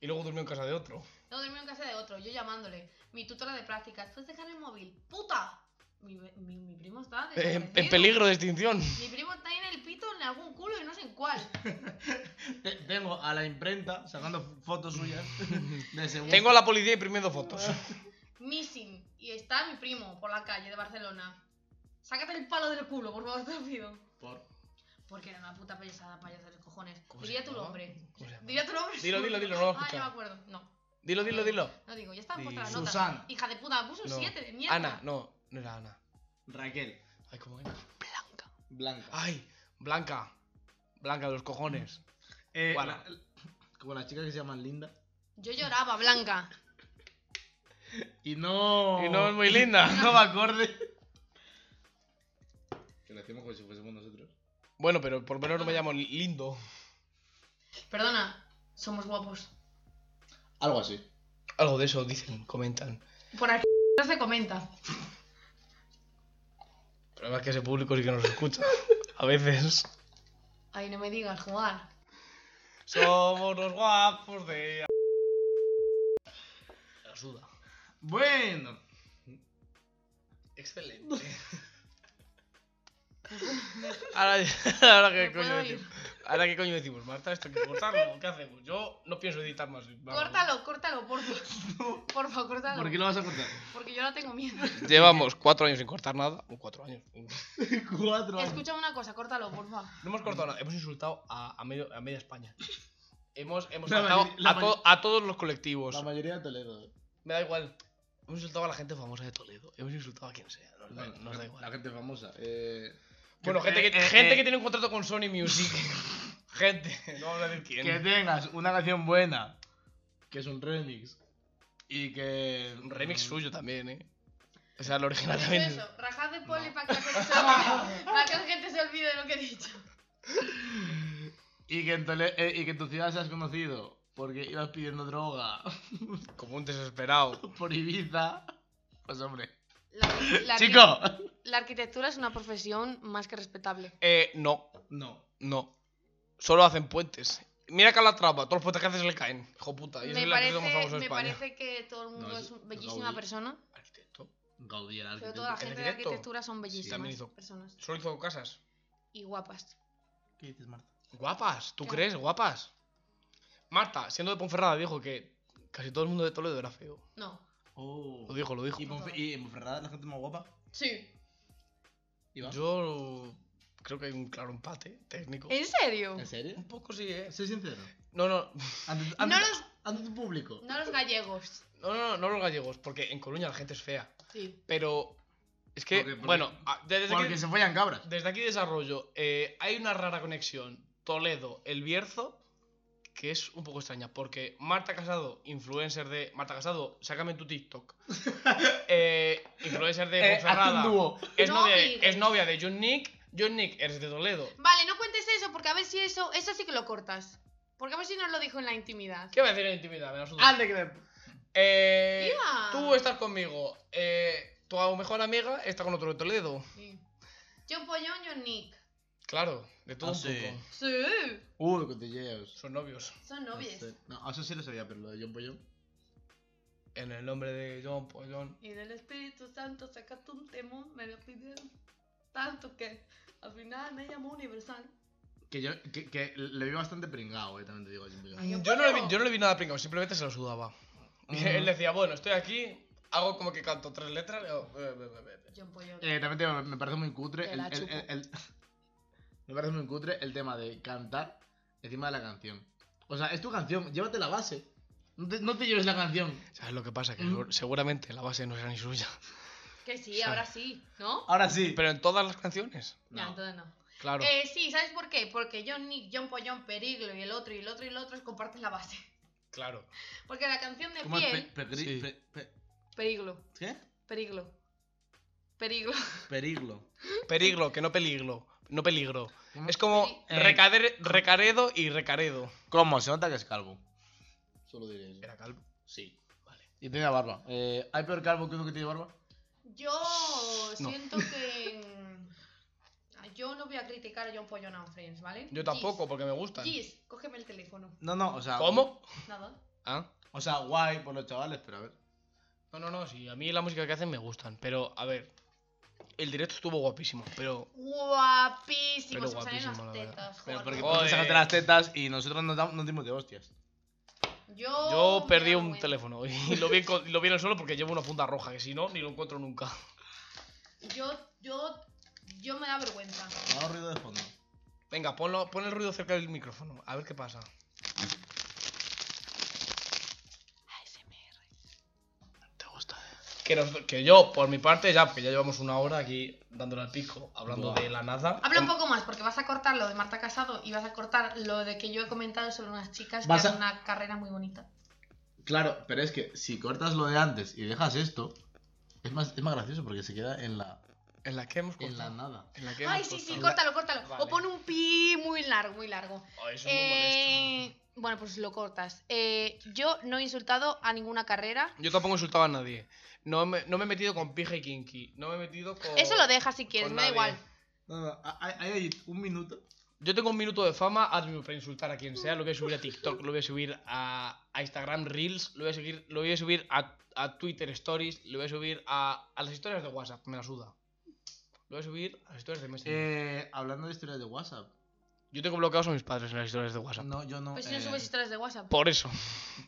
C: y luego durmió en casa de otro.
B: Luego dormí en casa de otro, yo llamándole. Mi tutora de prácticas, ¿puedes dejar el móvil? ¡Puta! Mi, mi, mi primo está
C: Eh, En,
B: desaparecido.
C: peligro de extinción.
B: Mi primo está en el pito, en algún culo y no sé en cuál.
A: Te- Tengo a la imprenta sacando f- fotos suyas de según.
C: Tengo a la policía imprimiendo fotos.
B: Missing. Y está mi primo por la calle de Barcelona. Sácate el palo del culo, por favor, te lo pido.
A: Por-
B: Porque era una puta pesada, payaso de los cojones.
C: ¿Cómo se
B: Diría tu
C: llamaba?
B: nombre.
C: ¿Cómo se llama?
B: Diría tu nombre.
C: Dilo, dilo, dilo, no lo voy
B: Ah, no
C: a
B: me
C: escuchar.
B: acuerdo. No,
C: Dilo, dilo, dilo.
B: no digo, ya están
C: Di-
B: puestas las
A: Susana.
B: notas. Hija de puta, puso un
C: No.
B: 7 de mierda.
C: Ana, no, no era Ana.
A: Raquel.
C: Ay, ¿cómo era?
A: Blanca.
C: Ay, Blanca. Blanca de los cojones.
A: Eh,
C: Guala.
A: la- la- como las chicas que se llaman Linda.
B: Yo lloraba, Blanca.
A: Y no.
C: Y no es muy linda.
A: no me acorde. Que lo hacemos como si fuésemos nosotros.
C: Bueno, pero por lo menos no me llamo lindo.
B: Perdona, somos guapos.
A: Algo así.
C: Algo de eso dicen, comentan.
B: Por aquí no se comenta.
C: El problema es que ese público sí que nos escucha. A veces.
B: Ay, no me digas, jugar.
C: Somos los guapos de. La suda.
A: Bueno.
C: Excelente. Ahora, ahora qué
B: Me
C: coño
B: puedo
C: decimos. Ahora qué coño decimos, Marta, esto hay que cortarlo. ¿Qué hacemos? Yo no pienso editar más. Vamos.
B: Córtalo, córtalo, por favor. Por favor, córtalo.
A: ¿Por qué lo vas a cortar?
B: Porque yo no tengo miedo.
C: Llevamos cuatro años sin cortar nada. O cuatro años. No
A: Cuatro años.
B: Escucha una cosa, córtalo, por favor.
C: hemos cortado nada. Hemos insultado a, a medio- a media España. Hemos, hemos
A: La
C: insultado
A: mayoría- la
C: a, to-
A: mayoría-
C: a todos los colectivos.
A: La mayoría de Toledo. eh.
C: Me da igual. Hemos insultado a la gente famosa de Toledo. Hemos insultado a quien sea. Nos da, nos da
A: La
C: igual.
A: gente famosa. Eh,
C: Bueno, gente, que,
A: eh, eh,
C: gente
A: eh,
C: que tiene un contrato con Sony Music. gente, no vamos a decir quién.
A: Que tengas una canción buena, que es un remix, y que.
C: Un remix suyo también, ¿eh? O sea, el original
B: Eso,
C: también. es-
B: eso, rajad de poli para que la gente se olvide. Para que la gente se olvide de lo que he dicho.
A: Y que, en Tole- eh, y que en tu ciudad seas conocido porque ibas pidiendo droga
C: Como un desesperado.
A: por Ibiza. Pues hombre.
B: La, la
A: ¡Chico!
B: arqui- La arquitectura es una profesión más que respetable.
C: Eh, no,
A: No.
C: no. Solo hacen puentes. Mira acá la trampa, todos los puentes que haces le caen. Hijo puta. Y es
B: Me,
C: la arquitecto más famoso
B: parece,
C: de
B: me
C: España.
B: parece que todo el mundo
A: No,
B: es
A: es-
B: una bellísima
A: Gaudí.
B: persona.
C: Arquitecto.
A: Gaudí era
B: Pero toda la
A: arquitecto.
B: gente de
C: directo?
B: arquitectura son
C: también
B: bellísimas
C: hizo.
B: personas.
C: Solo hizo casas.
B: Y guapas.
A: ¿Qué dices, Marta?
C: Guapas, ¿tú
B: ¿Qué?
C: crees? Guapas. Marta, siendo de Ponferrada, dijo que casi todo el mundo de Toledo era feo.
B: No.
A: Oh.
C: Lo dijo, lo dijo.
A: ¿Y, Ponfe- y en Ferrada la gente más guapa?
B: Sí.
A: Iba.
C: Yo creo que hay un claro empate técnico.
A: Eh,
B: ¿En serio?
A: ¿En serio?
C: Un poco sí, eh.
A: Soy sincero.
C: No, no,
A: Ante,
B: No
A: ante,
B: los,
A: ante tu público.
B: no los gallegos.
C: no, no, no los gallegos, porque en Coruña la gente es fea.
B: Sí.
C: Pero es que,
A: Porque- porque-
C: bueno, a- desde
A: Porque
C: que,
A: se follan cabras.
C: desde aquí desarrollo, eh, hay una rara conexión Toledo-El Bierzo que es un poco extraña, porque Marta Casado, influencer de... Marta Casado, sácame tu TikTok. Eh, influencer de
A: Eh, haz un
C: Ponferrada.
A: dúo.
C: es,
B: No
C: novia, de-
B: amigues.
C: es novia de John Nick. John Nick, eres de Toledo.
B: Vale, no cuentes eso, porque a ver si eso, eso sí que lo cortas. Porque a ver si nos lo dijo en la intimidad.
C: ¿Qué va a decir en intimidad? Me la suda.
A: Hazle que me...
C: Eh,
B: Iba.
C: Tú estás conmigo. Eh, tu mejor amiga está con otro de Toledo.
B: Sí. Yo pollón, yo Nick.
C: Claro, de todo
A: Ah,
C: un
A: sí.
C: poco.
B: Sí.
A: Uh, cotilleos.
C: Son novios.
B: Son novios.
A: No, sé. No, eso sí lo sabía, pero lo de John Pollón.
C: En el nombre de John Pollón.
B: Y del Espíritu Santo sacaste un temón, me lo pidieron tanto que al final me llamó Universal.
A: Que yo que, que le vi bastante pringado, eh, también te digo a John Pollón.
B: Ay,
C: Yo no, le vi, yo no le vi nada pringado, simplemente se lo sudaba.
A: Ujú.
C: Él decía, bueno, estoy aquí, hago como que canto tres letras. y hago, eh, eh, eh, eh.
B: John Pollón.
A: Eh, también te digo, me parece muy cutre.
B: Te
A: El,
B: la
A: el-
B: chupo.
A: el- el- me parece muy cutre el tema de cantar encima de la canción. O sea, es tu canción, llévate la base. No te, no te lleves la canción.
C: ¿Sabes lo que pasa? Que
A: Mm.
C: seguramente la base no era ni suya.
B: Que sí, ahora sí, ¿no?
A: Ahora sí.
C: Pero en todas las canciones.
B: Ya,
A: No.
B: entonces no.
C: Claro.
B: Eh, sí, ¿sabes por qué? Porque John Nick, John Pollón, Periglo y el otro y el otro y el otro comparten la base.
C: Claro.
B: Porque la canción de
A: ¿Cómo es?
B: piel,
A: Pe- pegri-
C: Sí.
A: pe- pe-
B: Periglo,
A: ¿Qué?
B: Periglo, Periglo.
A: Periglo.
C: Periglo, que no peligro. No peligro.
A: ¿Cómo?
C: Es como
A: Eh,
C: Recadere- Recaredo y Recaredo.
F: ¿Cómo? Se nota que es calvo.
A: Solo diré eso.
C: Era calvo.
A: Sí. Vale. Y tenía barba. Eh, ¿Hay peor calvo que uno que tiene barba?
B: Yo
C: No.
B: siento que... mm, Yo no voy a criticar a John Pollón a Friends, ¿vale?
C: Yo tampoco, porque me gustan.
B: Gis, Gis, cógeme el teléfono.
A: No, no, o sea.
C: ¿Cómo?
B: Nada.
C: ¿Ah?
A: O sea, guay por los chavales, pero a ver.
C: No, no, no, sí, a mí la música que hacen me gustan, pero a ver, el directo estuvo guapísimo, pero
B: Guapísimo,
C: Pero
B: se me salen
C: guapísimo,
B: las
C: la verdad.
B: tetas.
A: Pero
B: joder.
A: porque
C: Joder.
A: tú te sacaste las tetas y nosotros nos damos- nos dimos de hostias.
B: Yo,
C: yo
B: me
C: perdí
B: da
C: un
B: vergüenza.
C: teléfono y lo vi, en co- lo vi en el suelo porque llevo una funda roja, que si no, ni lo encuentro nunca.
B: Yo, yo, yo me da vergüenza.
A: Me hago ruido de fondo.
C: Venga, ponlo, pon el ruido cerca del micrófono, a ver qué pasa. ¿Te gusta? Que, nos- que yo, por mi parte, ya, porque ya llevamos una hora aquí dándole al pico, hablando
A: Buah.
C: de la nada.
B: Habla un
A: Em,
B: poco más, porque vas a cortar lo de Marta Casado y vas a cortar lo de que yo he comentado sobre unas chicas que
A: Vas a-
B: hacen una carrera muy bonita.
A: Claro, pero es que si cortas lo de antes y dejas esto, es más, es más gracioso porque se queda en la,
C: En la que hemos
A: en la
C: cortado.
A: nada.
C: En la que
B: Ay,
C: hemos
B: sí, sí,
C: cortado.
B: córtalo, córtalo.
C: Vale.
B: O pon un pi muy largo, muy largo.
C: Ay, eso es muy
B: Eh,
C: molesto.
B: bueno, pues lo cortas. Eh, yo no he insultado a ninguna carrera.
C: Yo tampoco insultaba a nadie. No me, no me he metido con pija y kinky. No me he metido con.
B: Eso lo dejas si quieres,
C: con
B: me da
C: nadie.
B: igual.
A: No, no, hay, hay ahí un minuto.
C: Yo tengo un minuto de fama, admin para insultar a quien sea. Lo voy a subir a TikTok, lo voy a subir a, a Instagram Reels, lo voy a, seguir, lo voy a subir a, a Twitter Stories, lo voy a subir a, a las historias de WhatsApp, me la suda. Lo voy a subir a las historias de Messenger.
A: Eh, hablando de historias de WhatsApp.
C: Yo tengo bloqueados a mis padres en las historias de WhatsApp.
A: No, yo no.
B: Pues si no
A: eh,
B: subes historias de WhatsApp.
C: Por eso.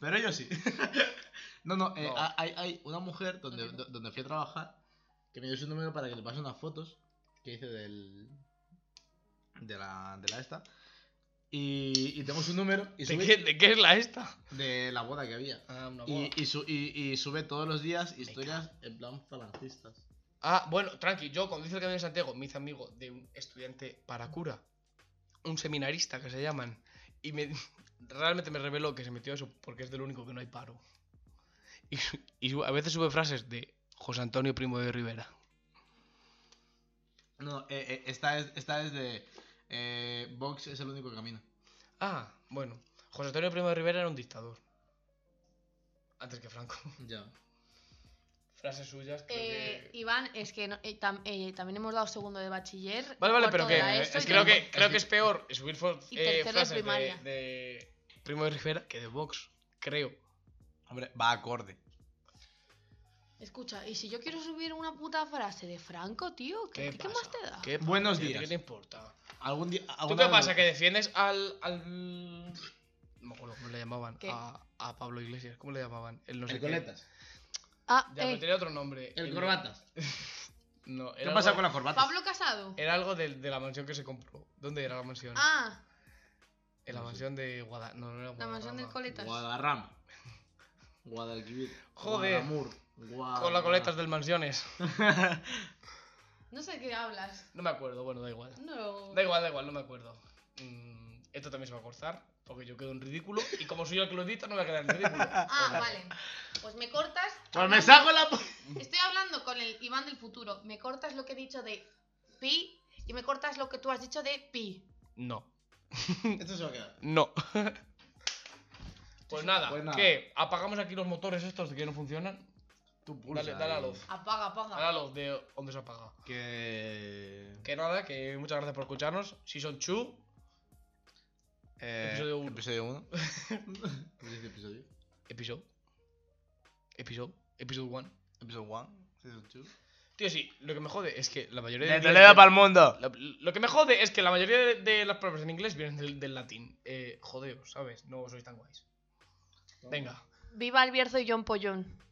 A: Pero yo sí. no, no, eh,
C: No.
A: ha- Hay, hay una mujer donde,
B: Entiendo.
A: do- donde fui a trabajar que me dio su número para que le pase unas fotos que hice del. de la, de la esta. Y, y tengo su número y
C: ¿De
A: sube
C: qué, de qué es la esta?
A: de la boda que había.
C: Ah, una boda.
A: Y, y, su- y- y sube todos los días historias en plan falangistas.
C: Ah, bueno, tranqui, yo cuando hice el camino de Santiago me hice amigo de un estudiante para cura, un seminarista que se llaman, y me, realmente me reveló que se metió a eso porque es del único que no hay paro. Y, su- y su- a veces sube frases de José Antonio Primo de Rivera.
A: No, eh, eh, esta, es, esta es de. Eh, Vox es el único camino.
C: Ah, bueno, José Antonio Primo de Rivera era un dictador. Antes que Franco.
A: Ya.
C: frases suyas. Creo
B: Eh,
C: que...
B: Iván, es que no- eh, tam- eh, también hemos dado segundo de bachiller.
C: Vale, vale, pero
B: cuarto de
C: que,
B: la ESO
C: es
B: y
C: que creo,
B: tenemos-
C: que creo que es peor subir for-
B: Y
C: eh,
B: tercero de
C: frases de,
B: primaria.
C: de Primo de Rivera que de Vox, creo.
G: Hombre, va acorde.
B: Escucha, y si yo quiero subir una puta frase de Franco, tío, ¿qué,
C: ¿Qué
B: qué más
C: pasa?
B: te da?
C: ¿Qué pasa,
G: Buenos
C: tío? ¿A ti
G: días.
C: ¿Qué te importa?
G: Algún día.
C: ¿Tú qué pasa? ¿Que defiendes al. al... No me acuerdo cómo le llamaban.
B: ¿Qué?
C: A, a Pablo Iglesias. ¿Cómo le llamaban? El no sé
A: El
C: qué.
A: coletas.
B: Ah,
C: Ya,
B: eh,
C: pero tenía otro nombre.
A: El corbatas.
C: No,
G: ¿Qué
C: era
G: pasa
C: algo-
G: con la corbata?
B: Pablo Casado.
C: Era algo de, de la mansión que se compró. ¿Dónde era la mansión?
B: Ah,
C: en la
F: no sé.
C: mansión de Guada... No, no era
B: la mansión del
C: Guadarrama.
B: coletas.
A: Guadarrama. Guadalquivir.
C: Joder.
A: Guadamur. Guada-
C: Con la coletas del mansiones.
B: No sé de qué hablas.
C: No me acuerdo, bueno, da igual.
B: No.
C: Da igual, da igual, no me acuerdo. Mm, esto también se va a cortar, porque yo quedo en ridículo. Y como soy yo el que lo edita, no voy a quedar en ridículo.
B: Ah, vale. Pues me cortas.
A: Pues me saco la. po-
B: Estoy hablando con el Iván del futuro. Me cortas lo que he dicho de pi y me cortas lo que tú has dicho de pi.
C: No.
A: Esto se va a quedar.
C: No. Pues nada,
A: Pues nada.
C: ¿qué? ¿Apagamos aquí los motores estos que no funcionan?
A: Tú pulsa. eh,
C: Dale, dale a la luz.
B: Apaga,
C: Dale a
B: apaga.
C: la luz de dónde se apaga.
G: Que.
C: Que nada, que muchas gracias por escucharnos. Si son Chu,
G: eh,
C: Episodio uno.
G: Episodio 1.
A: ¿Qué dice episodio?
C: episodio. Episodio. Episodio 1.
G: Episodio 1. Season 2.
C: Tío, sí, lo que me jode es que la mayoría
G: De
C: de.
G: Toledo para el mundo.
C: Lo, lo que me jode es que la mayoría de, de las palabras en inglés vienen del, del latín. Eh, jodeos, ¿sabes? No sois tan guays. Venga.
B: Viva Albierzo y John Pollón.